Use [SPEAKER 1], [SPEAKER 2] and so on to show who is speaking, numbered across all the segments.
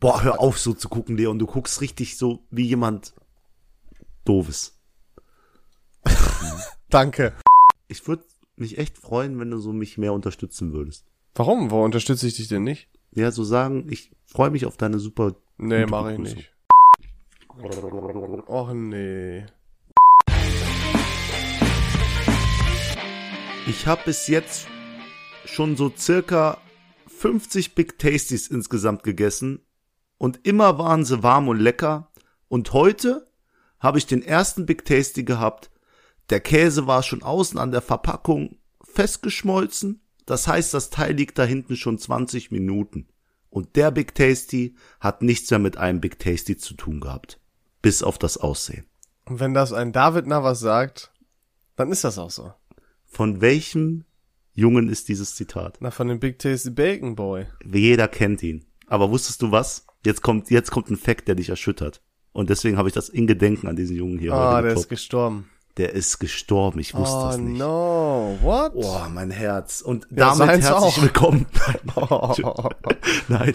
[SPEAKER 1] Boah, hör auf, so zu gucken, Leon. Du guckst richtig so wie jemand Doofes.
[SPEAKER 2] Danke.
[SPEAKER 1] Ich würde mich echt freuen, wenn du so mich mehr unterstützen würdest.
[SPEAKER 2] Warum? Warum unterstütze ich dich denn nicht?
[SPEAKER 1] Ja, so sagen, ich freue mich auf deine super.
[SPEAKER 2] Nee,
[SPEAKER 1] Gute
[SPEAKER 2] mache ich
[SPEAKER 1] Begrüßung.
[SPEAKER 2] nicht. Och nee.
[SPEAKER 1] Ich habe bis jetzt schon so circa 50 Big Tasties insgesamt gegessen und immer waren sie warm und lecker. Und heute habe ich den ersten Big Tasty gehabt. Der Käse war schon außen an der Verpackung festgeschmolzen. Das heißt, das Teil liegt da hinten schon 20 Minuten. Und der Big Tasty hat nichts mehr mit einem Big Tasty zu tun gehabt. Bis auf das Aussehen.
[SPEAKER 2] Und wenn das ein David Navas sagt, dann ist das auch so.
[SPEAKER 1] Von welchem Jungen ist dieses Zitat?
[SPEAKER 2] Na, von dem Big Tasty Bacon Boy.
[SPEAKER 1] Jeder kennt ihn. Aber wusstest du was? Jetzt kommt, jetzt kommt ein Fact, der dich erschüttert. Und deswegen habe ich das in Gedenken an diesen Jungen hier
[SPEAKER 2] Ah,
[SPEAKER 1] heute
[SPEAKER 2] der ist
[SPEAKER 1] getoppt.
[SPEAKER 2] gestorben.
[SPEAKER 1] Der ist gestorben, ich wusste
[SPEAKER 2] oh
[SPEAKER 1] das nicht.
[SPEAKER 2] no, what?
[SPEAKER 1] Boah, mein Herz. Und
[SPEAKER 2] Ja,
[SPEAKER 1] damit
[SPEAKER 2] seins
[SPEAKER 1] herzlich
[SPEAKER 2] auch.
[SPEAKER 1] willkommen. Nein.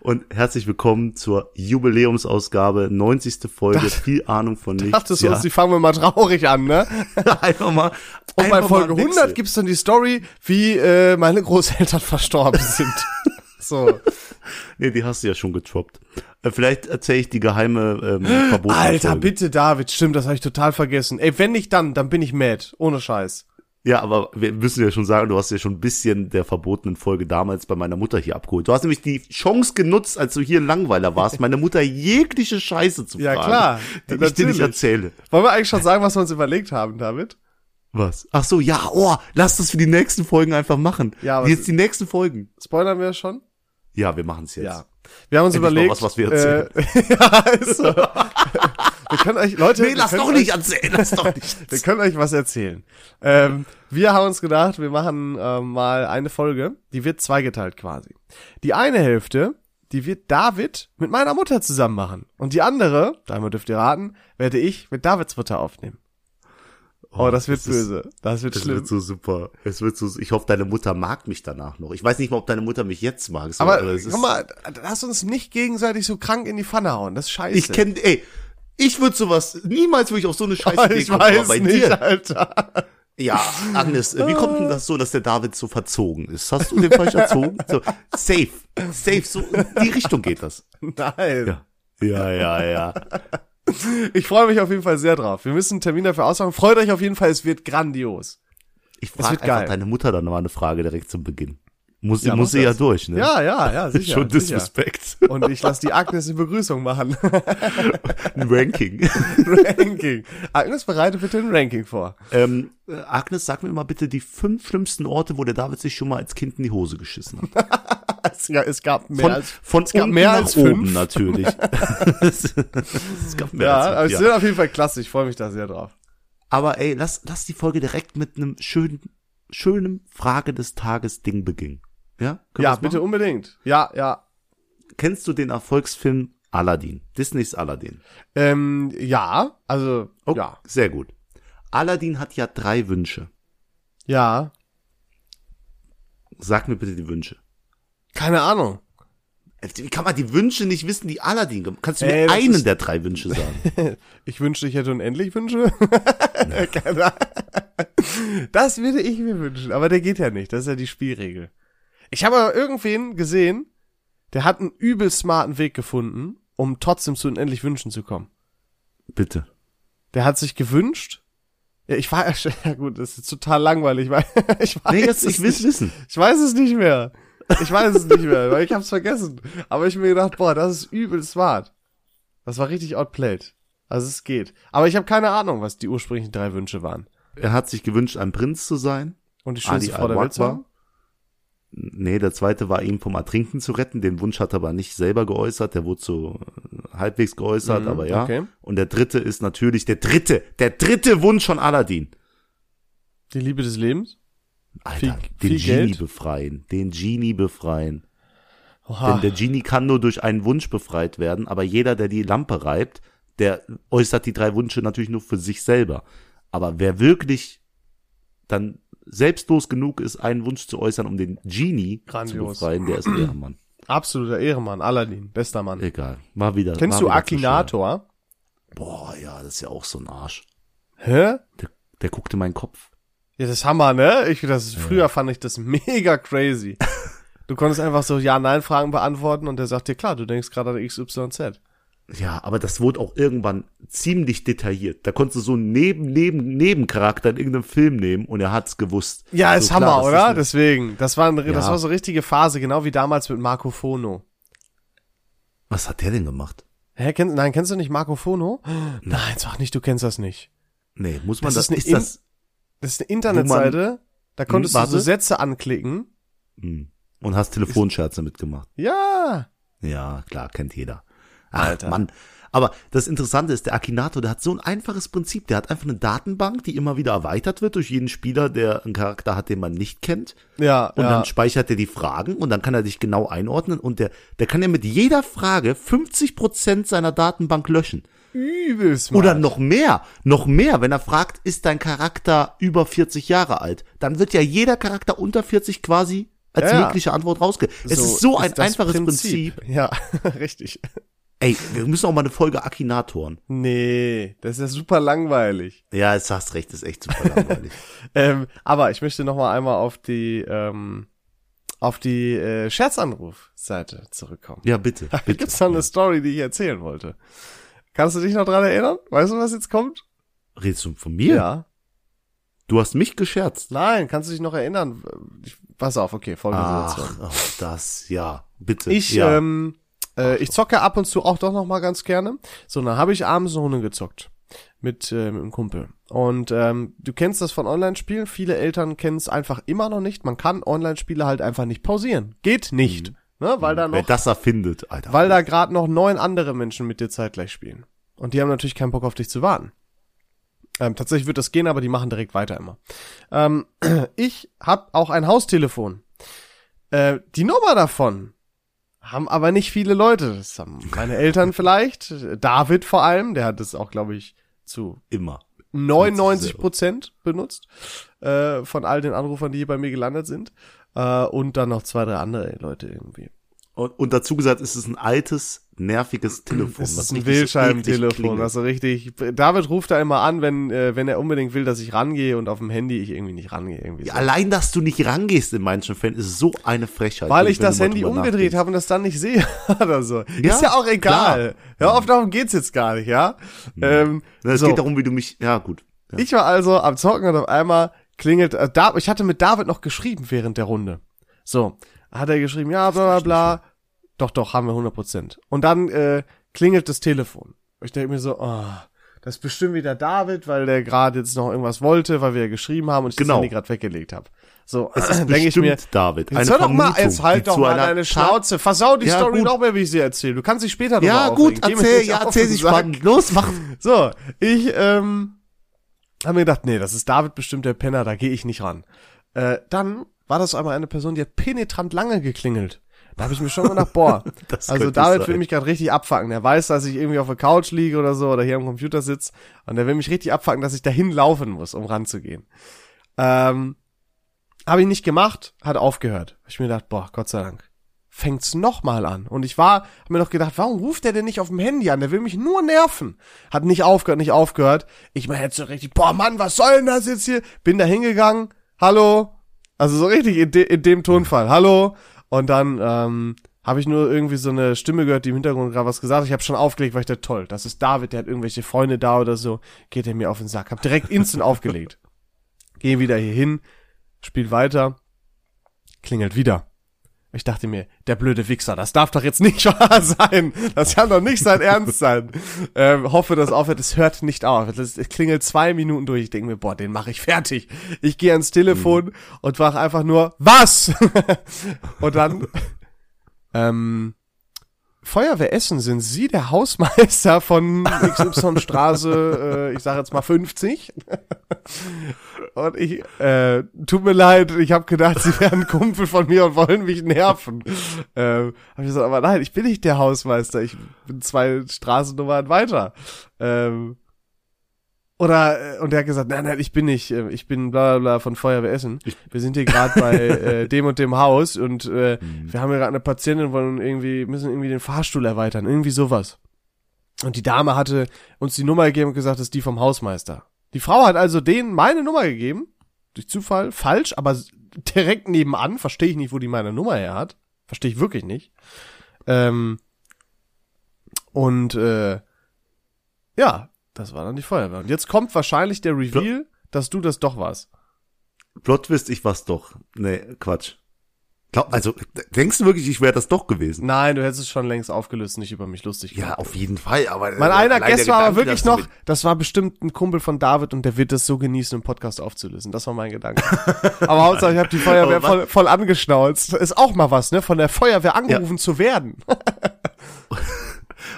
[SPEAKER 1] Und herzlich willkommen zur Jubiläumsausgabe, 90. Folge, viel Ahnung von nichts.
[SPEAKER 2] Dachtest du,
[SPEAKER 1] ja.
[SPEAKER 2] uns, die fangen wir mal traurig an, ne?
[SPEAKER 1] einfach mal.
[SPEAKER 2] Und bei
[SPEAKER 1] einfach
[SPEAKER 2] Oh, Folge
[SPEAKER 1] mal einen
[SPEAKER 2] 100
[SPEAKER 1] Wechsel.
[SPEAKER 2] gibt's dann die Story, wie äh, meine Großeltern verstorben sind. so.
[SPEAKER 1] Nee, die hast du ja schon getroppt. Äh, Vielleicht erzähle ich die geheime ähm, verbotene
[SPEAKER 2] Alter,
[SPEAKER 1] Folge.
[SPEAKER 2] bitte, David, stimmt, das habe ich total vergessen. Ey, wenn nicht dann, dann bin ich mad. Ohne Scheiß.
[SPEAKER 1] Ja, aber wir müssen ja schon sagen, du hast ja schon ein bisschen der verbotenen Folge damals bei meiner Mutter hier abgeholt. Du hast nämlich die Chance genutzt, als du hier in Langweiler warst, meine Mutter jegliche Scheiße zu
[SPEAKER 2] Ja,
[SPEAKER 1] fragen,
[SPEAKER 2] klar.
[SPEAKER 1] die ich dir
[SPEAKER 2] Natürlich.
[SPEAKER 1] nicht erzähle.
[SPEAKER 2] Wollen wir eigentlich schon sagen, was wir uns überlegt haben, David?
[SPEAKER 1] Was? Ach so, ja, oh, lass das für die nächsten Folgen einfach machen.
[SPEAKER 2] Ja,
[SPEAKER 1] Ja,
[SPEAKER 2] aber
[SPEAKER 1] jetzt die nächsten Folgen.
[SPEAKER 2] Spoilern wir schon?
[SPEAKER 1] Ja, wir machen's jetzt.
[SPEAKER 2] Ja. Wir haben uns
[SPEAKER 1] Endlich mal
[SPEAKER 2] überlegt.
[SPEAKER 1] was, was wir erzählen.
[SPEAKER 2] Äh, ja, ist so. wir können euch, Leute.
[SPEAKER 1] Nee,
[SPEAKER 2] wir
[SPEAKER 1] lass
[SPEAKER 2] können
[SPEAKER 1] doch
[SPEAKER 2] euch,
[SPEAKER 1] nicht erzählen, lass doch nicht.
[SPEAKER 2] Wir können euch was erzählen. Ähm, wir haben uns gedacht, wir machen ähm, mal eine Folge, die wird zweigeteilt quasi. Die eine Hälfte, die wird David mit meiner Mutter zusammen machen. Und die andere, dreimal dürft ihr raten, werde ich mit Davids Mutter aufnehmen. Oh, das wird
[SPEAKER 1] ist-
[SPEAKER 2] böse. das wird
[SPEAKER 1] Es
[SPEAKER 2] schlimm.
[SPEAKER 1] wird so super. Es wird so, ich hoffe, deine Mutter mag mich danach noch. Ich weiß nicht mal, ob deine Mutter mich jetzt mag. so,
[SPEAKER 2] Aber
[SPEAKER 1] es ist-
[SPEAKER 2] guck mal, lass uns nicht gegenseitig so krank in die Pfanne hauen. Das ist scheiße.
[SPEAKER 1] Ich kenne, ey, ich würde sowas, niemals würde ich auf so eine scheiße Idee
[SPEAKER 2] ich
[SPEAKER 1] kommen, aber
[SPEAKER 2] weiß
[SPEAKER 1] bei
[SPEAKER 2] nicht,
[SPEAKER 1] dir.
[SPEAKER 2] Alter.
[SPEAKER 1] Ja, Agnes, äh, wie kommt denn das so, dass der David so verzogen ist? Hast du den falsch erzogen? So, safe, safe, so in die Richtung geht das.
[SPEAKER 2] Nein.
[SPEAKER 1] Ja, ja, ja.
[SPEAKER 2] Ich freue mich auf jeden Fall sehr drauf. Wir müssen einen Termin dafür ausmachen. Freut euch auf jeden Fall, es wird grandios.
[SPEAKER 1] Ich
[SPEAKER 2] Das
[SPEAKER 1] frage
[SPEAKER 2] wird
[SPEAKER 1] einfach
[SPEAKER 2] geil.
[SPEAKER 1] deine Mutter dann mal eine Frage direkt zum Beginn. Muss,
[SPEAKER 2] Ja,
[SPEAKER 1] muss
[SPEAKER 2] mach
[SPEAKER 1] sie ja
[SPEAKER 2] das.
[SPEAKER 1] durch, ne?
[SPEAKER 2] Ja, ja, ja, sicher.
[SPEAKER 1] Schon
[SPEAKER 2] sicher.
[SPEAKER 1] Disrespect.
[SPEAKER 2] Und ich lasse die Agnes eine Begrüßung machen.
[SPEAKER 1] Ein Ranking.
[SPEAKER 2] Ranking. Agnes, bereite bitte ein Ranking vor.
[SPEAKER 1] ähm, äh, Agnes, sag mir mal bitte die fünf schlimmsten Orte, wo der David sich schon mal als Kind in die Hose geschissen hat.
[SPEAKER 2] Es, ja, es gab mehr
[SPEAKER 1] Von,
[SPEAKER 2] als.
[SPEAKER 1] von
[SPEAKER 2] gab
[SPEAKER 1] unten
[SPEAKER 2] mehr
[SPEAKER 1] nach
[SPEAKER 2] als
[SPEAKER 1] oben
[SPEAKER 2] fünf.
[SPEAKER 1] natürlich. es gab mehr
[SPEAKER 2] Ja,
[SPEAKER 1] als fünf,
[SPEAKER 2] aber es wird auf jeden Fall klasse. Ich freue mich da sehr drauf.
[SPEAKER 1] Aber ey, lass, lass die Folge direkt mit einem schönen, schönen Frage des Tages Ding beginnen. Ja? Können
[SPEAKER 2] Ja,
[SPEAKER 1] wir's
[SPEAKER 2] bitte
[SPEAKER 1] machen?
[SPEAKER 2] unbedingt. Ja, ja.
[SPEAKER 1] Kennst du den Erfolgsfilm Aladdin? Disneys Aladdin.
[SPEAKER 2] Ähm, ja, also,
[SPEAKER 1] Oh,
[SPEAKER 2] ja.
[SPEAKER 1] Sehr gut. Aladdin hat ja drei Wünsche.
[SPEAKER 2] Ja.
[SPEAKER 1] Sag mir bitte die Wünsche.
[SPEAKER 2] Keine Ahnung.
[SPEAKER 1] Wie kann man die Wünsche nicht wissen, die Aladdin gemacht Kannst du mir
[SPEAKER 2] Ey, das
[SPEAKER 1] einen
[SPEAKER 2] ist-
[SPEAKER 1] der drei Wünsche sagen?
[SPEAKER 2] Ich wünschte, ich hätte unendlich Wünsche. Keine Ahnung. das würde ich mir wünschen, aber der geht ja nicht. Das ist ja die Spielregel. Ich habe aber irgendwen gesehen, der hat einen übel smarten Weg gefunden, um trotzdem zu unendlich Wünschen zu kommen.
[SPEAKER 1] bitte.
[SPEAKER 2] Der hat sich gewünscht. Ja, ich war ja gut, das ist total langweilig, weil ich weiß,
[SPEAKER 1] Nee, jetzt,
[SPEAKER 2] es
[SPEAKER 1] ich will's
[SPEAKER 2] nicht.
[SPEAKER 1] wissen.
[SPEAKER 2] ich weiß es nicht mehr. Ich weiß es nicht mehr, weil ich hab's vergessen. Aber ich hab mir gedacht, boah, das ist übel smart. Das war richtig outplayed. Also es geht. Aber ich habe keine Ahnung, was die ursprünglichen drei Wünsche waren.
[SPEAKER 1] Er hat sich gewünscht, ein Prinz zu sein.
[SPEAKER 2] Und die schönste
[SPEAKER 1] Ali
[SPEAKER 2] Frau der Welt zu
[SPEAKER 1] Al-Wakwa.
[SPEAKER 2] haben?
[SPEAKER 1] Nee, der zweite war, ihn vom Ertrinken zu retten. Den Wunsch hat er aber nicht selber geäußert. Der wurde so äh, halbwegs geäußert,
[SPEAKER 2] Mhm,
[SPEAKER 1] aber ja.
[SPEAKER 2] okay.
[SPEAKER 1] Und der dritte ist natürlich der dritte, der dritte Wunsch von Aladdin.
[SPEAKER 2] Die Liebe des Lebens?
[SPEAKER 1] Alter,
[SPEAKER 2] Viel-
[SPEAKER 1] den
[SPEAKER 2] viel
[SPEAKER 1] Genie
[SPEAKER 2] Geld?
[SPEAKER 1] befreien. Den Genie befreien.
[SPEAKER 2] Oha.
[SPEAKER 1] Denn der Genie kann nur durch einen Wunsch befreit werden, aber jeder, der die Lampe reibt, der äußert die drei Wünsche natürlich nur für sich selber. Aber wer wirklich dann selbstlos genug ist, einen Wunsch zu äußern, um den Genie
[SPEAKER 2] Grandios.
[SPEAKER 1] zu befreien, der ist der Mann.
[SPEAKER 2] Absoluter Ehrenmann, Aladdin, bester Mann.
[SPEAKER 1] Egal. War wieder.
[SPEAKER 2] Kennst
[SPEAKER 1] war
[SPEAKER 2] du
[SPEAKER 1] wieder zu
[SPEAKER 2] Akinator?
[SPEAKER 1] schwer. Boah, ja, das ist ja auch so ein Arsch.
[SPEAKER 2] Hä?
[SPEAKER 1] Der, der guckte meinen Kopf.
[SPEAKER 2] Ja, das ist Hammer, ne? Ich, das ist, Früher fand ich das mega crazy. Du konntest einfach so Ja-Nein-Fragen beantworten und der sagt dir, klar, du denkst gerade an XYZ.
[SPEAKER 1] Ja, aber das wurde auch irgendwann ziemlich detailliert. Da konntest du so einen neben, neben, Nebencharakter in irgendeinem Film nehmen und er hat's gewusst.
[SPEAKER 2] Ja,
[SPEAKER 1] so,
[SPEAKER 2] ist
[SPEAKER 1] klar,
[SPEAKER 2] Hammer,
[SPEAKER 1] das
[SPEAKER 2] oder?
[SPEAKER 1] ist ein-
[SPEAKER 2] Deswegen, das war, ein, das
[SPEAKER 1] Ja.
[SPEAKER 2] war so eine richtige Phase, genau wie damals mit Marco Fono.
[SPEAKER 1] was hat der denn gemacht?
[SPEAKER 2] Hä, kenn, nein, kennst du nicht Marco Fono? Nein, sag nicht, du kennst das nicht.
[SPEAKER 1] Nee, muss man
[SPEAKER 2] Das
[SPEAKER 1] das,
[SPEAKER 2] ist eine
[SPEAKER 1] ist das
[SPEAKER 2] Das ist eine Internetseite, da konntest du so
[SPEAKER 1] Hm, warte.
[SPEAKER 2] Sätze anklicken.
[SPEAKER 1] Hm. und hast Telefonscherze mitgemacht.
[SPEAKER 2] Ja,
[SPEAKER 1] Ja, klar, kennt jeder. Ach,
[SPEAKER 2] Alter.
[SPEAKER 1] Mann. Aber das Interessante ist, der Akinator, der hat so ein einfaches Prinzip. Der hat einfach eine Datenbank, die immer wieder erweitert wird durch jeden Spieler, der einen Charakter hat, den man nicht kennt.
[SPEAKER 2] ja,
[SPEAKER 1] Und
[SPEAKER 2] ja.
[SPEAKER 1] dann speichert er die Fragen und dann kann er dich genau einordnen. Und der, der kann ja mit jeder Frage 50 Prozent seiner Datenbank löschen.
[SPEAKER 2] übelst, Mann.
[SPEAKER 1] Oder noch mehr, noch mehr, wenn er fragt, ist dein Charakter über 40 Jahre alt? Dann wird ja jeder Charakter unter 40 quasi als
[SPEAKER 2] Ja, ja.
[SPEAKER 1] mögliche Antwort rausge. es ist so ein
[SPEAKER 2] das
[SPEAKER 1] einfaches Prinzip.
[SPEAKER 2] Ja, richtig.
[SPEAKER 1] Ey, wir müssen auch mal eine Folge Akinatoren.
[SPEAKER 2] Nee, das ist ja super langweilig.
[SPEAKER 1] Ja, jetzt hast recht, ist echt super langweilig.
[SPEAKER 2] Ähm, aber ich möchte noch mal einmal auf die ähm, auf die äh, Scherzanruf-Seite zurückkommen.
[SPEAKER 1] Ja, bitte,
[SPEAKER 2] Da
[SPEAKER 1] bitte.
[SPEAKER 2] gibt's noch eine Story, die ich erzählen wollte. Kannst du dich noch dran erinnern? Weißt du, was jetzt kommt?
[SPEAKER 1] Redest du von mir?
[SPEAKER 2] Ja.
[SPEAKER 1] Du hast mich gescherzt.
[SPEAKER 2] Nein, kannst du dich noch erinnern? Ich, pass auf, okay, folgende Situation.
[SPEAKER 1] Ach, ach, das, ja, bitte.
[SPEAKER 2] Ich,
[SPEAKER 1] ja.
[SPEAKER 2] ähm, äh, ich zocke ab und zu auch doch noch mal ganz gerne. So, dann habe ich abends eine Runde gezockt mit, äh, mit einem Kumpel. Und ähm, du kennst das von Online-Spielen. Viele Eltern kennen es einfach immer noch nicht. Man kann Online-Spiele halt einfach nicht pausieren. Geht
[SPEAKER 1] Mhm.
[SPEAKER 2] nicht. Ne? Weil da
[SPEAKER 1] Wer
[SPEAKER 2] noch,
[SPEAKER 1] das erfindet, Alter.
[SPEAKER 2] weil da gerade noch neun andere Menschen mit dir zeitgleich spielen. Und die haben natürlich keinen Bock auf dich zu warten. Ähm, tatsächlich wird das gehen, aber die machen direkt weiter immer. Ähm, ich habe auch ein Haustelefon. Äh, die Nummer davon haben aber nicht viele Leute. Das haben meine Eltern vielleicht, David vor allem, der hat das auch, glaube ich, zu
[SPEAKER 1] Immer.
[SPEAKER 2] 99 Prozent benutzt äh, von all den Anrufern, die hier bei mir gelandet sind. Äh, und dann noch zwei, drei andere Leute irgendwie.
[SPEAKER 1] Und, und dazu gesagt, es ist ein altes, nerviges Telefon.
[SPEAKER 2] Das
[SPEAKER 1] was
[SPEAKER 2] ist ein
[SPEAKER 1] richtig eklig
[SPEAKER 2] Wählscheibentelefon,
[SPEAKER 1] klingelt.
[SPEAKER 2] das so richtig. David ruft da immer an, wenn, äh, wenn er unbedingt will, dass ich rangehe und auf dem Handy ich irgendwie nicht rangehe. Irgendwie so.
[SPEAKER 1] Allein, dass du nicht rangehst in manchen Fällen, ist so eine Frechheit.
[SPEAKER 2] Weil
[SPEAKER 1] wenn
[SPEAKER 2] ich
[SPEAKER 1] du mal
[SPEAKER 2] das Handy
[SPEAKER 1] drüber
[SPEAKER 2] umgedreht
[SPEAKER 1] nachdenkst.
[SPEAKER 2] habe und das dann nicht sehe oder so.
[SPEAKER 1] Ja, Hm.
[SPEAKER 2] ist ja auch egal. Hör auf, darum geht's jetzt gar nicht, ja? Ähm,
[SPEAKER 1] Na, Es
[SPEAKER 2] so.
[SPEAKER 1] geht darum, wie du mich. Ja, gut. Ja.
[SPEAKER 2] Ich war also am Zocken und auf einmal klingelt, äh, da, ich hatte mit David noch geschrieben während der Runde. So, hat er geschrieben, ja, bla, bla, bla. Doch, doch, haben wir 100 Prozent. Und dann äh, klingelt das Telefon. Ich denke mir so, oh, das ist bestimmt wieder David, weil der gerade jetzt noch irgendwas wollte, weil wir ja geschrieben haben und ich
[SPEAKER 1] Genau.
[SPEAKER 2] das Handy gerade weggelegt habe. So,
[SPEAKER 1] Es ist
[SPEAKER 2] denke ich mir,
[SPEAKER 1] bestimmt, David.
[SPEAKER 2] Jetzt
[SPEAKER 1] Eine
[SPEAKER 2] hör doch mal,
[SPEAKER 1] Vermutung,
[SPEAKER 2] jetzt halt
[SPEAKER 1] die
[SPEAKER 2] doch
[SPEAKER 1] zu
[SPEAKER 2] mal
[SPEAKER 1] einer
[SPEAKER 2] deine
[SPEAKER 1] Tat-
[SPEAKER 2] Schnauze. Versau die
[SPEAKER 1] Ja,
[SPEAKER 2] Story
[SPEAKER 1] gut.
[SPEAKER 2] noch mehr, wie ich sie erzähle. Du kannst dich später noch
[SPEAKER 1] Ja,
[SPEAKER 2] mal
[SPEAKER 1] gut,
[SPEAKER 2] aufregen. Geh mir
[SPEAKER 1] erzähl,
[SPEAKER 2] jetzt
[SPEAKER 1] ja,
[SPEAKER 2] auf
[SPEAKER 1] erzähl
[SPEAKER 2] den
[SPEAKER 1] sie
[SPEAKER 2] Sack.
[SPEAKER 1] spannend. Los, mach.
[SPEAKER 2] So, ich ähm, habe mir gedacht, nee, das ist David bestimmt der Penner, da gehe ich nicht ran. Äh, dann war das einmal eine Person, die hat penetrant lange geklingelt. Da habe ich mir schon gedacht, boah,
[SPEAKER 1] Das
[SPEAKER 2] also
[SPEAKER 1] könnte
[SPEAKER 2] David
[SPEAKER 1] sein.
[SPEAKER 2] will mich gerade richtig abfacken. Er weiß, dass ich irgendwie auf der Couch liege oder so oder hier am Computer sitze und er will mich richtig abfacken, dass ich dahin laufen muss, um ranzugehen. Ähm, habe ich nicht gemacht, hat aufgehört. Hab ich mir gedacht, boah, Gott sei Dank. Fängt's nochmal an. Und ich war, hab mir noch gedacht, warum ruft der denn nicht auf dem Handy an? Der will mich nur nerven. Hat nicht aufgehört, nicht aufgehört. Ich meine, jetzt so richtig, boah, Mann, was soll denn das jetzt hier? Bin da hingegangen, hallo. Also so richtig in, de in dem Tonfall, hallo. Und dann, ähm, habe ich nur irgendwie so eine Stimme gehört, die im Hintergrund gerade was gesagt hat. Ich habe schon aufgelegt, weil ich dachte, toll, das ist David, der hat irgendwelche Freunde da oder so. Geht er mir auf den Sack. Hab direkt instant aufgelegt. Geh wieder hier hin, spiel weiter, klingelt wieder. Ich dachte mir, der blöde Wichser, das darf doch jetzt nicht wahr sein. Das kann doch nicht sein Ernst sein. Ähm, hoffe, dass aufhört. Es hört nicht auf. Es es klingelt zwei Minuten durch. Ich denke mir, boah, den mache ich fertig. Ich gehe ans Telefon und frage einfach nur, was? und dann, ähm, Feuerwehr Essen, sind Sie der Hausmeister von XY-Straße, äh, ich sage jetzt mal 50? Und ich, äh, tut mir leid, ich habe gedacht, sie wären Kumpel von mir und wollen mich nerven. Ähm, hab ich gesagt, aber nein, ich bin nicht der Hausmeister, ich bin zwei Straßennummern weiter. Ähm, Oder, äh, und er hat gesagt, nein, nein, ich bin nicht, äh, ich bin bla bla bla von Feuerwehr Essen. Wir sind hier gerade bei äh, dem und dem Haus und äh, wir haben hier gerade eine Patientin und wollen irgendwie, müssen irgendwie den Fahrstuhl erweitern, irgendwie sowas. Und die Dame hatte uns die Nummer gegeben und gesagt, das ist die vom Hausmeister. Die Frau hat also denen meine Nummer gegeben, durch Zufall, falsch, aber s- direkt nebenan, verstehe ich nicht, wo die meine Nummer her hat. Verstehe ich wirklich nicht. Ähm, und äh, ja, das war dann die Feuerwehr. Und jetzt kommt wahrscheinlich der Reveal, dass du das doch warst.
[SPEAKER 1] Plot Twist, ich war's doch. Nee, Quatsch. Glaub, also, d- denkst du wirklich, ich wäre das doch gewesen?
[SPEAKER 2] Nein, du hättest es schon längst aufgelöst, nicht über mich lustig
[SPEAKER 1] Ja, auf jeden Fall, aber. äh,
[SPEAKER 2] Mein einer
[SPEAKER 1] allein der
[SPEAKER 2] Guest war aber
[SPEAKER 1] Gedanke,
[SPEAKER 2] wirklich
[SPEAKER 1] dass du
[SPEAKER 2] noch,
[SPEAKER 1] mit-
[SPEAKER 2] das war bestimmt ein Kumpel von David und der wird das so genießen, im Podcast aufzulösen. Das war mein Gedanke. aber Hauptsache, ich habe die Feuerwehr
[SPEAKER 1] Aber was-
[SPEAKER 2] voll, voll angeschnauzt. Ist auch mal was, ne? Von der Feuerwehr angerufen zu werden.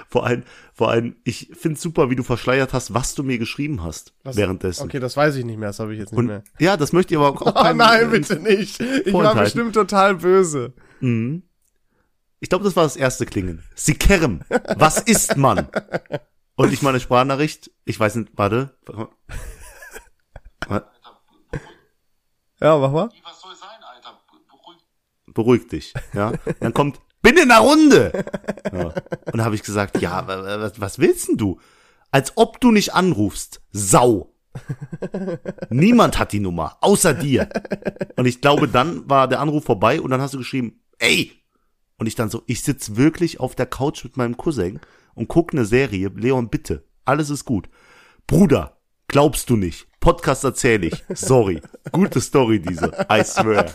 [SPEAKER 1] Vor allem, vor allem, ich find's super, wie du verschleiert hast, was du mir geschrieben hast währenddessen.
[SPEAKER 2] Okay, das weiß ich nicht mehr, das habe ich jetzt nicht mehr.
[SPEAKER 1] Und, Oh ja, das möchte ich aber auch
[SPEAKER 2] Ah,
[SPEAKER 1] keinem-
[SPEAKER 2] nein, bitte nicht. Ich war
[SPEAKER 1] vorenthalten.
[SPEAKER 2] bestimmt total böse.
[SPEAKER 1] Ich glaube, das war das erste Klingen. Sie kerm. Was ist man? Und ich meine Sprachnachricht, ich weiß nicht, warte.
[SPEAKER 2] Ja, mach mal.
[SPEAKER 3] Was soll sein, Alter? Beruhig
[SPEAKER 1] Beruhig dich, ja. Dann kommt, bin in der Runde. Ja. Und da habe ich gesagt, ja, wa- wa- was, was willst denn du? Als ob du nicht anrufst. Sau. Niemand hat die Nummer, außer dir. Und ich glaube, dann war der Anruf vorbei und dann hast du geschrieben, ey. Und ich dann so, ich sitz wirklich auf der Couch mit meinem Cousin und guck eine Serie. Leon, bitte, alles ist gut. Bruder, glaubst du nicht. Podcast erzähl ich. Sorry. Gute Story diese. I swear.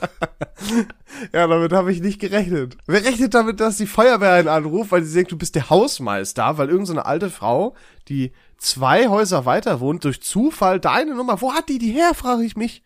[SPEAKER 2] Ja, damit habe ich nicht gerechnet. Wer rechnet damit, dass die Feuerwehr einen anruft, weil sie sagt, du bist der Hausmeister, weil irgendeine so eine alte Frau, die zwei Häuser weiter wohnt, durch Zufall deine Nummer, wo hat die die her, frage ich mich.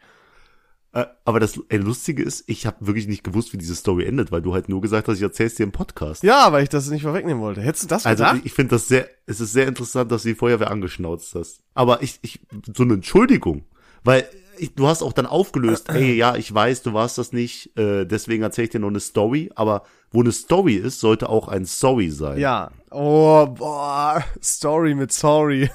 [SPEAKER 1] Äh, Aber das ey, Lustige ist, ich habe wirklich nicht gewusst, wie diese Story endet, weil du halt nur gesagt hast, ich erzähl's dir im Podcast.
[SPEAKER 2] Ja, weil ich das nicht vorwegnehmen wollte. Hättest du das
[SPEAKER 1] also
[SPEAKER 2] gedacht?
[SPEAKER 1] ich, ich finde das sehr, es ist sehr interessant, dass du die Feuerwehr angeschnauzt hast. Aber ich, ich so eine Entschuldigung, weil ich, du hast auch dann aufgelöst, ey, ja, ich weiß, du warst das nicht, äh, deswegen erzähl ich dir nur eine Story. Aber wo eine Story ist, sollte auch ein Sorry sein.
[SPEAKER 2] ja. Oh, boah. Story mit Sorry.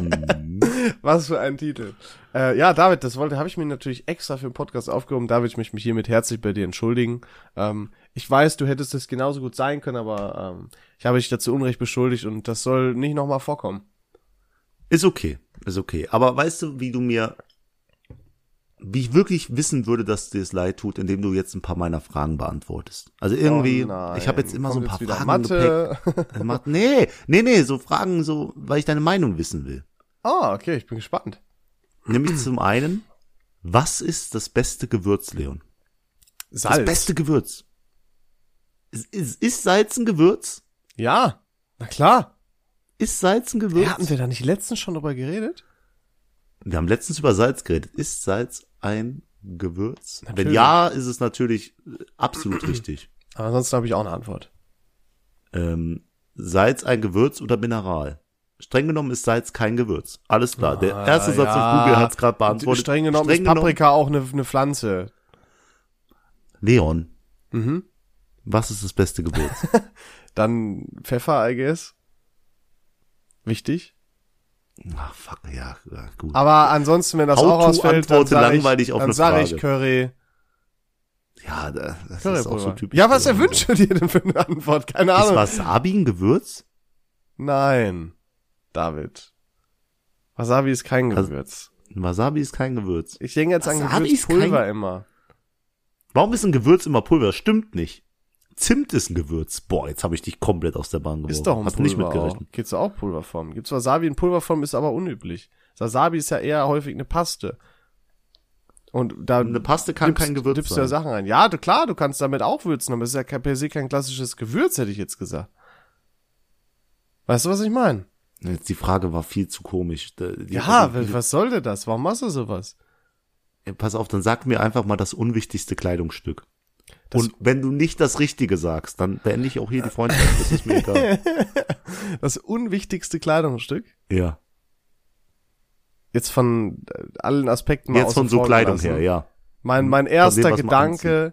[SPEAKER 1] Mhm.
[SPEAKER 2] Was für ein Titel. Äh, ja, David, das wollte, habe ich mir natürlich extra für den Podcast aufgehoben. David, ich möchte mich hiermit herzlich bei dir entschuldigen. Ähm, ich weiß, du hättest es genauso gut sein können, aber ähm, ich habe dich dazu Unrecht beschuldigt und das soll nicht nochmal vorkommen.
[SPEAKER 1] Ist okay, ist okay. Aber weißt du, wie du mir, wie ich wirklich wissen würde, dass dir es leid tut, indem du jetzt ein paar meiner Fragen beantwortest. Also irgendwie,
[SPEAKER 2] Oh nein,
[SPEAKER 1] ich habe jetzt immer so ein
[SPEAKER 2] kommt
[SPEAKER 1] paar
[SPEAKER 2] jetzt
[SPEAKER 1] Fragen
[SPEAKER 2] wieder Mathe.
[SPEAKER 1] im Gepäck. Mathe, nee, nee, nee, so Fragen, so, weil ich deine Meinung wissen will.
[SPEAKER 2] Ah, okay, ich bin gespannt.
[SPEAKER 1] Nämlich zum einen, was ist das beste Gewürz, Leon? Das
[SPEAKER 2] Salz.
[SPEAKER 1] beste Gewürz. Ist, ist, ist Salz ein Gewürz?
[SPEAKER 2] Ja, na klar.
[SPEAKER 1] Ist Salz ein Gewürz?
[SPEAKER 2] Ja, hatten wir da nicht letztens schon drüber geredet?
[SPEAKER 1] Wir haben letztens über Salz geredet. Ist Salz ein Gewürz?
[SPEAKER 2] Natürlich.
[SPEAKER 1] Wenn ja, ist es natürlich äh, absolut richtig.
[SPEAKER 2] Aber ansonsten habe ich auch eine Antwort.
[SPEAKER 1] Ähm, Salz ein Gewürz oder Mineral? Streng genommen ist Salz kein Gewürz. Alles klar. Der erste Satz
[SPEAKER 2] Ah, ja.
[SPEAKER 1] von Google hat es gerade beantwortet.
[SPEAKER 2] Streng genommen ist Paprika auch eine, eine Pflanze.
[SPEAKER 1] Leon.
[SPEAKER 2] Mhm.
[SPEAKER 1] Was ist das beste Gewürz?
[SPEAKER 2] Dann Pfeffer, I guess. Wichtig.
[SPEAKER 1] Ach, fuck, ja, ja gut.
[SPEAKER 2] Aber ansonsten, wenn das
[SPEAKER 1] How
[SPEAKER 2] auch
[SPEAKER 1] to
[SPEAKER 2] ausfällt, dann
[SPEAKER 1] antworte
[SPEAKER 2] sage ich,
[SPEAKER 1] langweilig auf
[SPEAKER 2] dann
[SPEAKER 1] eine
[SPEAKER 2] sag ich
[SPEAKER 1] Frage.
[SPEAKER 2] Curry.
[SPEAKER 1] ja, da- das ist auch so
[SPEAKER 2] Currypulver.
[SPEAKER 1] typisch.
[SPEAKER 2] ja, was erwünscht du dir denn für eine Antwort? Keine
[SPEAKER 1] Ist
[SPEAKER 2] Ahnung.
[SPEAKER 1] Wasabi ein Gewürz?
[SPEAKER 2] Nein, David. Wasabi ist kein
[SPEAKER 1] Was-
[SPEAKER 2] Gewürz.
[SPEAKER 1] Wasabi ist kein Gewürz.
[SPEAKER 2] Ich denke jetzt an
[SPEAKER 1] Wasabi ist
[SPEAKER 2] Gewürzpulver immer.
[SPEAKER 1] Warum ist ein Gewürz immer Pulver? Stimmt nicht. Zimt ist ein Gewürz. Boah, jetzt habe ich dich komplett aus der Bahn geworfen.
[SPEAKER 2] Ist doch ein
[SPEAKER 1] Hast
[SPEAKER 2] Pulver.
[SPEAKER 1] nicht
[SPEAKER 2] auch.
[SPEAKER 1] mitgerechnet.
[SPEAKER 2] Gibt's auch Pulverform. Gibt's Wasabi in Pulverform, ist aber unüblich. Wasabi ist ja eher häufig eine Paste. Und da
[SPEAKER 1] Eine Paste kann
[SPEAKER 2] dippst-
[SPEAKER 1] kein Gewürz
[SPEAKER 2] dippst du
[SPEAKER 1] sein.
[SPEAKER 2] ja Sachen rein. Ja, du, klar, du kannst damit auch würzen, aber es ist ja kein- per se kein klassisches Gewürz, hätte ich jetzt gesagt. Weißt du, was ich meine?
[SPEAKER 1] Jetzt die Frage war viel zu komisch. Da- Die,
[SPEAKER 2] Ja,
[SPEAKER 1] also,
[SPEAKER 2] wa- was soll denn das? Warum machst du sowas?
[SPEAKER 1] ey, pass auf, dann sag mir einfach mal das unwichtigste Kleidungsstück.
[SPEAKER 2] Das-
[SPEAKER 1] Und wenn du nicht das Richtige sagst, dann beende ich auch hier die Freundschaft. Das ist mir egal.
[SPEAKER 2] Das unwichtigste Kleidungsstück?
[SPEAKER 1] Ja.
[SPEAKER 2] Jetzt von äh, allen Aspekten mal
[SPEAKER 1] Jetzt von
[SPEAKER 2] außen
[SPEAKER 1] so
[SPEAKER 2] vor
[SPEAKER 1] Kleidung
[SPEAKER 2] gelassen.
[SPEAKER 1] her, ja.
[SPEAKER 2] Mein, mein
[SPEAKER 1] dem, was
[SPEAKER 2] erster
[SPEAKER 1] man
[SPEAKER 2] Gedanke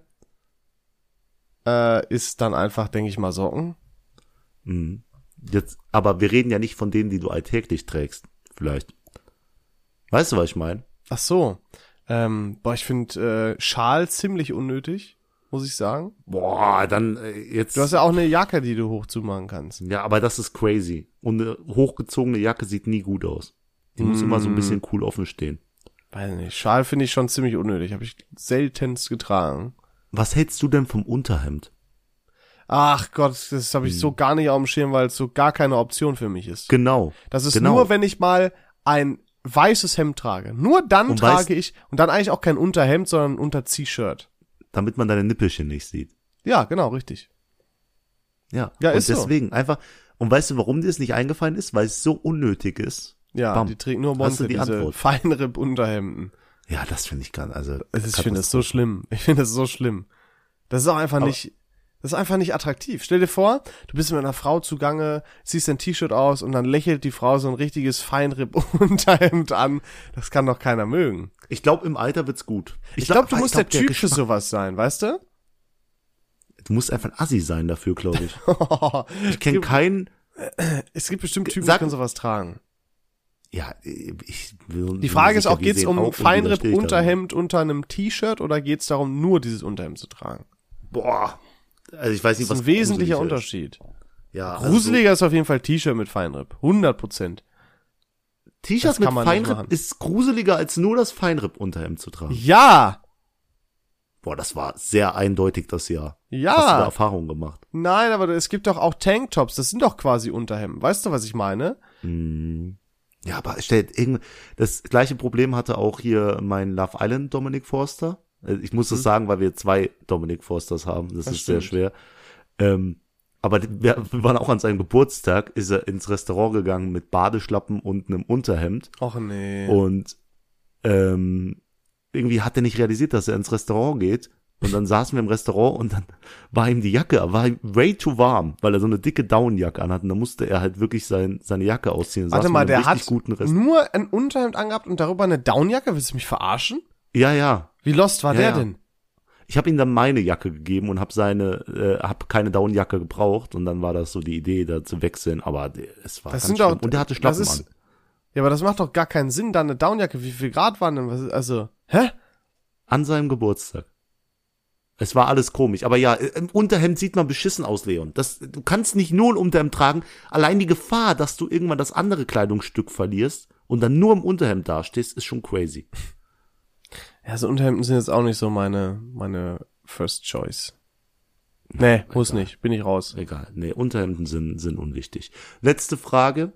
[SPEAKER 2] äh, ist dann einfach, denke ich mal, Socken.
[SPEAKER 1] Mhm. Jetzt, aber wir reden ja nicht von denen, die du alltäglich trägst. Vielleicht. Weißt du, was ich meine?
[SPEAKER 2] Ach so. Ähm, boah, ich finde äh, Schal ziemlich unnötig, muss ich sagen.
[SPEAKER 1] Boah, dann äh, jetzt.
[SPEAKER 2] Du hast ja auch eine Jacke, die du hochzumachen kannst.
[SPEAKER 1] Ja, aber das ist crazy. Und eine hochgezogene Jacke sieht nie gut aus. Die muss immer so ein
[SPEAKER 2] Mm.
[SPEAKER 1] bisschen cool offen stehen.
[SPEAKER 2] Weiß nicht. Schal finde ich schon ziemlich unnötig. Habe ich seltenst getragen.
[SPEAKER 1] Was hältst du denn vom Unterhemd?
[SPEAKER 2] Ach Gott, das habe ich
[SPEAKER 1] Hm.
[SPEAKER 2] so gar nicht auf dem Schirm, weil es so gar keine Option für mich ist.
[SPEAKER 1] Genau.
[SPEAKER 2] Das ist
[SPEAKER 1] genau.
[SPEAKER 2] nur, wenn ich mal ein weißes Hemd trage. Nur dann
[SPEAKER 1] Und weißt-
[SPEAKER 2] trage ich und dann eigentlich auch kein Unterhemd, sondern ein Unter-T-Shirt.
[SPEAKER 1] Damit man deine Nippelchen nicht sieht.
[SPEAKER 2] Ja, genau, richtig.
[SPEAKER 1] Ja.
[SPEAKER 2] Ja,
[SPEAKER 1] und
[SPEAKER 2] ist so.
[SPEAKER 1] deswegen einfach. Und weißt du, warum dir es nicht eingefallen ist? Weil es so unnötig ist.
[SPEAKER 2] Ja,
[SPEAKER 1] Bam.
[SPEAKER 2] die trägt nur
[SPEAKER 1] Hast du
[SPEAKER 2] Monte,
[SPEAKER 1] die
[SPEAKER 2] diese
[SPEAKER 1] Antwort?
[SPEAKER 2] Feinripp-Unterhemden.
[SPEAKER 1] Ja, das finde ich ganz. Also.
[SPEAKER 2] Es ist- Ich finde das so schlimm. Ich finde das so schlimm. Das ist auch einfach nicht, das ist einfach nicht attraktiv. Stell dir vor, du bist mit einer Frau zugange, ziehst dein T-Shirt aus und dann lächelt die Frau so ein richtiges Feinripp-Unterhemd an. Das kann doch keiner mögen.
[SPEAKER 1] Ich glaube, im Alter wird's gut.
[SPEAKER 2] Ich glaube, du
[SPEAKER 1] aber
[SPEAKER 2] musst
[SPEAKER 1] glaub,
[SPEAKER 2] der Typ für
[SPEAKER 1] Geschmack-
[SPEAKER 2] sowas sein, weißt du?
[SPEAKER 1] Du musst einfach ein Assi sein dafür, glaube ich. Ich kenne keinen.
[SPEAKER 2] es gibt bestimmt Typen, die
[SPEAKER 1] Sag-
[SPEAKER 2] können sowas tragen.
[SPEAKER 1] Ja, ich will.
[SPEAKER 2] Die Frage ist auch,
[SPEAKER 1] wir
[SPEAKER 2] geht's
[SPEAKER 1] sehen auch
[SPEAKER 2] um
[SPEAKER 1] und wieder stehe ich da.
[SPEAKER 2] Feinripp-Unterhemd unter einem T-Shirt oder geht's darum, nur dieses Unterhemd zu tragen?
[SPEAKER 1] Boah. Also ich weiß nicht,
[SPEAKER 2] Das
[SPEAKER 1] was
[SPEAKER 2] ist ein wesentlicher
[SPEAKER 1] gruseliger ist.
[SPEAKER 2] Unterschied.
[SPEAKER 1] Ja,
[SPEAKER 2] Gruseliger ist auf jeden Fall T-Shirt mit Feinripp. 100 Prozent.
[SPEAKER 1] Also,
[SPEAKER 2] Das
[SPEAKER 1] T-Shirts mit
[SPEAKER 2] kann man nicht machen.
[SPEAKER 1] Feinripp ist gruseliger als nur das Feinripp unterhemd zu tragen.
[SPEAKER 2] Ja!
[SPEAKER 1] Boah, das war sehr eindeutig das Jahr. Hast du da
[SPEAKER 2] Ja!
[SPEAKER 1] Erfahrungen gemacht?
[SPEAKER 2] Nein, aber es gibt doch auch Tanktops. Das sind doch quasi Unterhemden. Weißt du, was ich meine?
[SPEAKER 1] Hm. Ja, aber stellt irgend das gleiche Problem hatte auch hier mein Love Island Dominic Forster. Äh, Ich muss das sagen, weil wir zwei Dominic Forsters haben. Das,
[SPEAKER 2] Das
[SPEAKER 1] ist sehr
[SPEAKER 2] stimmt.
[SPEAKER 1] schwer. Ähm, aber die- wir wir waren auch an seinem Geburtstag, ist er ins Restaurant gegangen mit Badeschlappen und einem Unterhemd.
[SPEAKER 2] Och nee.
[SPEAKER 1] Und ähm, irgendwie hat er nicht realisiert, dass er ins Restaurant geht. Und dann saßen wir im Restaurant und dann war ihm die Jacke, war ihm way too warm, weil er so eine dicke Downjacke anhat. Und da musste er halt wirklich sein, seine Jacke ausziehen. Und
[SPEAKER 2] Warte
[SPEAKER 1] saßen wir
[SPEAKER 2] mal,
[SPEAKER 1] in einem
[SPEAKER 2] der
[SPEAKER 1] richtig
[SPEAKER 2] hat
[SPEAKER 1] guten Rest
[SPEAKER 2] nur ein Unterhemd angehabt und darüber eine Downjacke? Willst du mich verarschen?
[SPEAKER 1] Ja, ja.
[SPEAKER 2] Wie lost war
[SPEAKER 1] Ja,
[SPEAKER 2] der
[SPEAKER 1] ja.
[SPEAKER 2] denn?
[SPEAKER 1] Ich habe ihm dann meine Jacke gegeben und habe seine, äh, habe keine Downjacke gebraucht. Und dann war das so die Idee, da zu wechseln. Aber der- es war
[SPEAKER 2] Das
[SPEAKER 1] ganz
[SPEAKER 2] sind doch.
[SPEAKER 1] schlimm. Und der hatte
[SPEAKER 2] das
[SPEAKER 1] Schlappen
[SPEAKER 2] ist,
[SPEAKER 1] an.
[SPEAKER 2] Ja, aber das macht doch gar keinen Sinn, da eine Downjacke. Wie viel Grad waren denn? Was- Also, hä?
[SPEAKER 1] An seinem Geburtstag. Es war alles komisch. Aber ja, äh, im Unterhemd sieht man beschissen aus, Leon. Das, du kannst nicht nur ein Unterhemd tragen. Allein die Gefahr, dass du irgendwann das andere Kleidungsstück verlierst und dann nur im Unterhemd dastehst, ist schon crazy.
[SPEAKER 2] Ja, so Unterhemden sind jetzt auch nicht so meine, meine First Choice. Nee, muss nicht. Bin ich raus.
[SPEAKER 1] Egal. Nee, Unterhemden sind, sind unwichtig. Letzte Frage.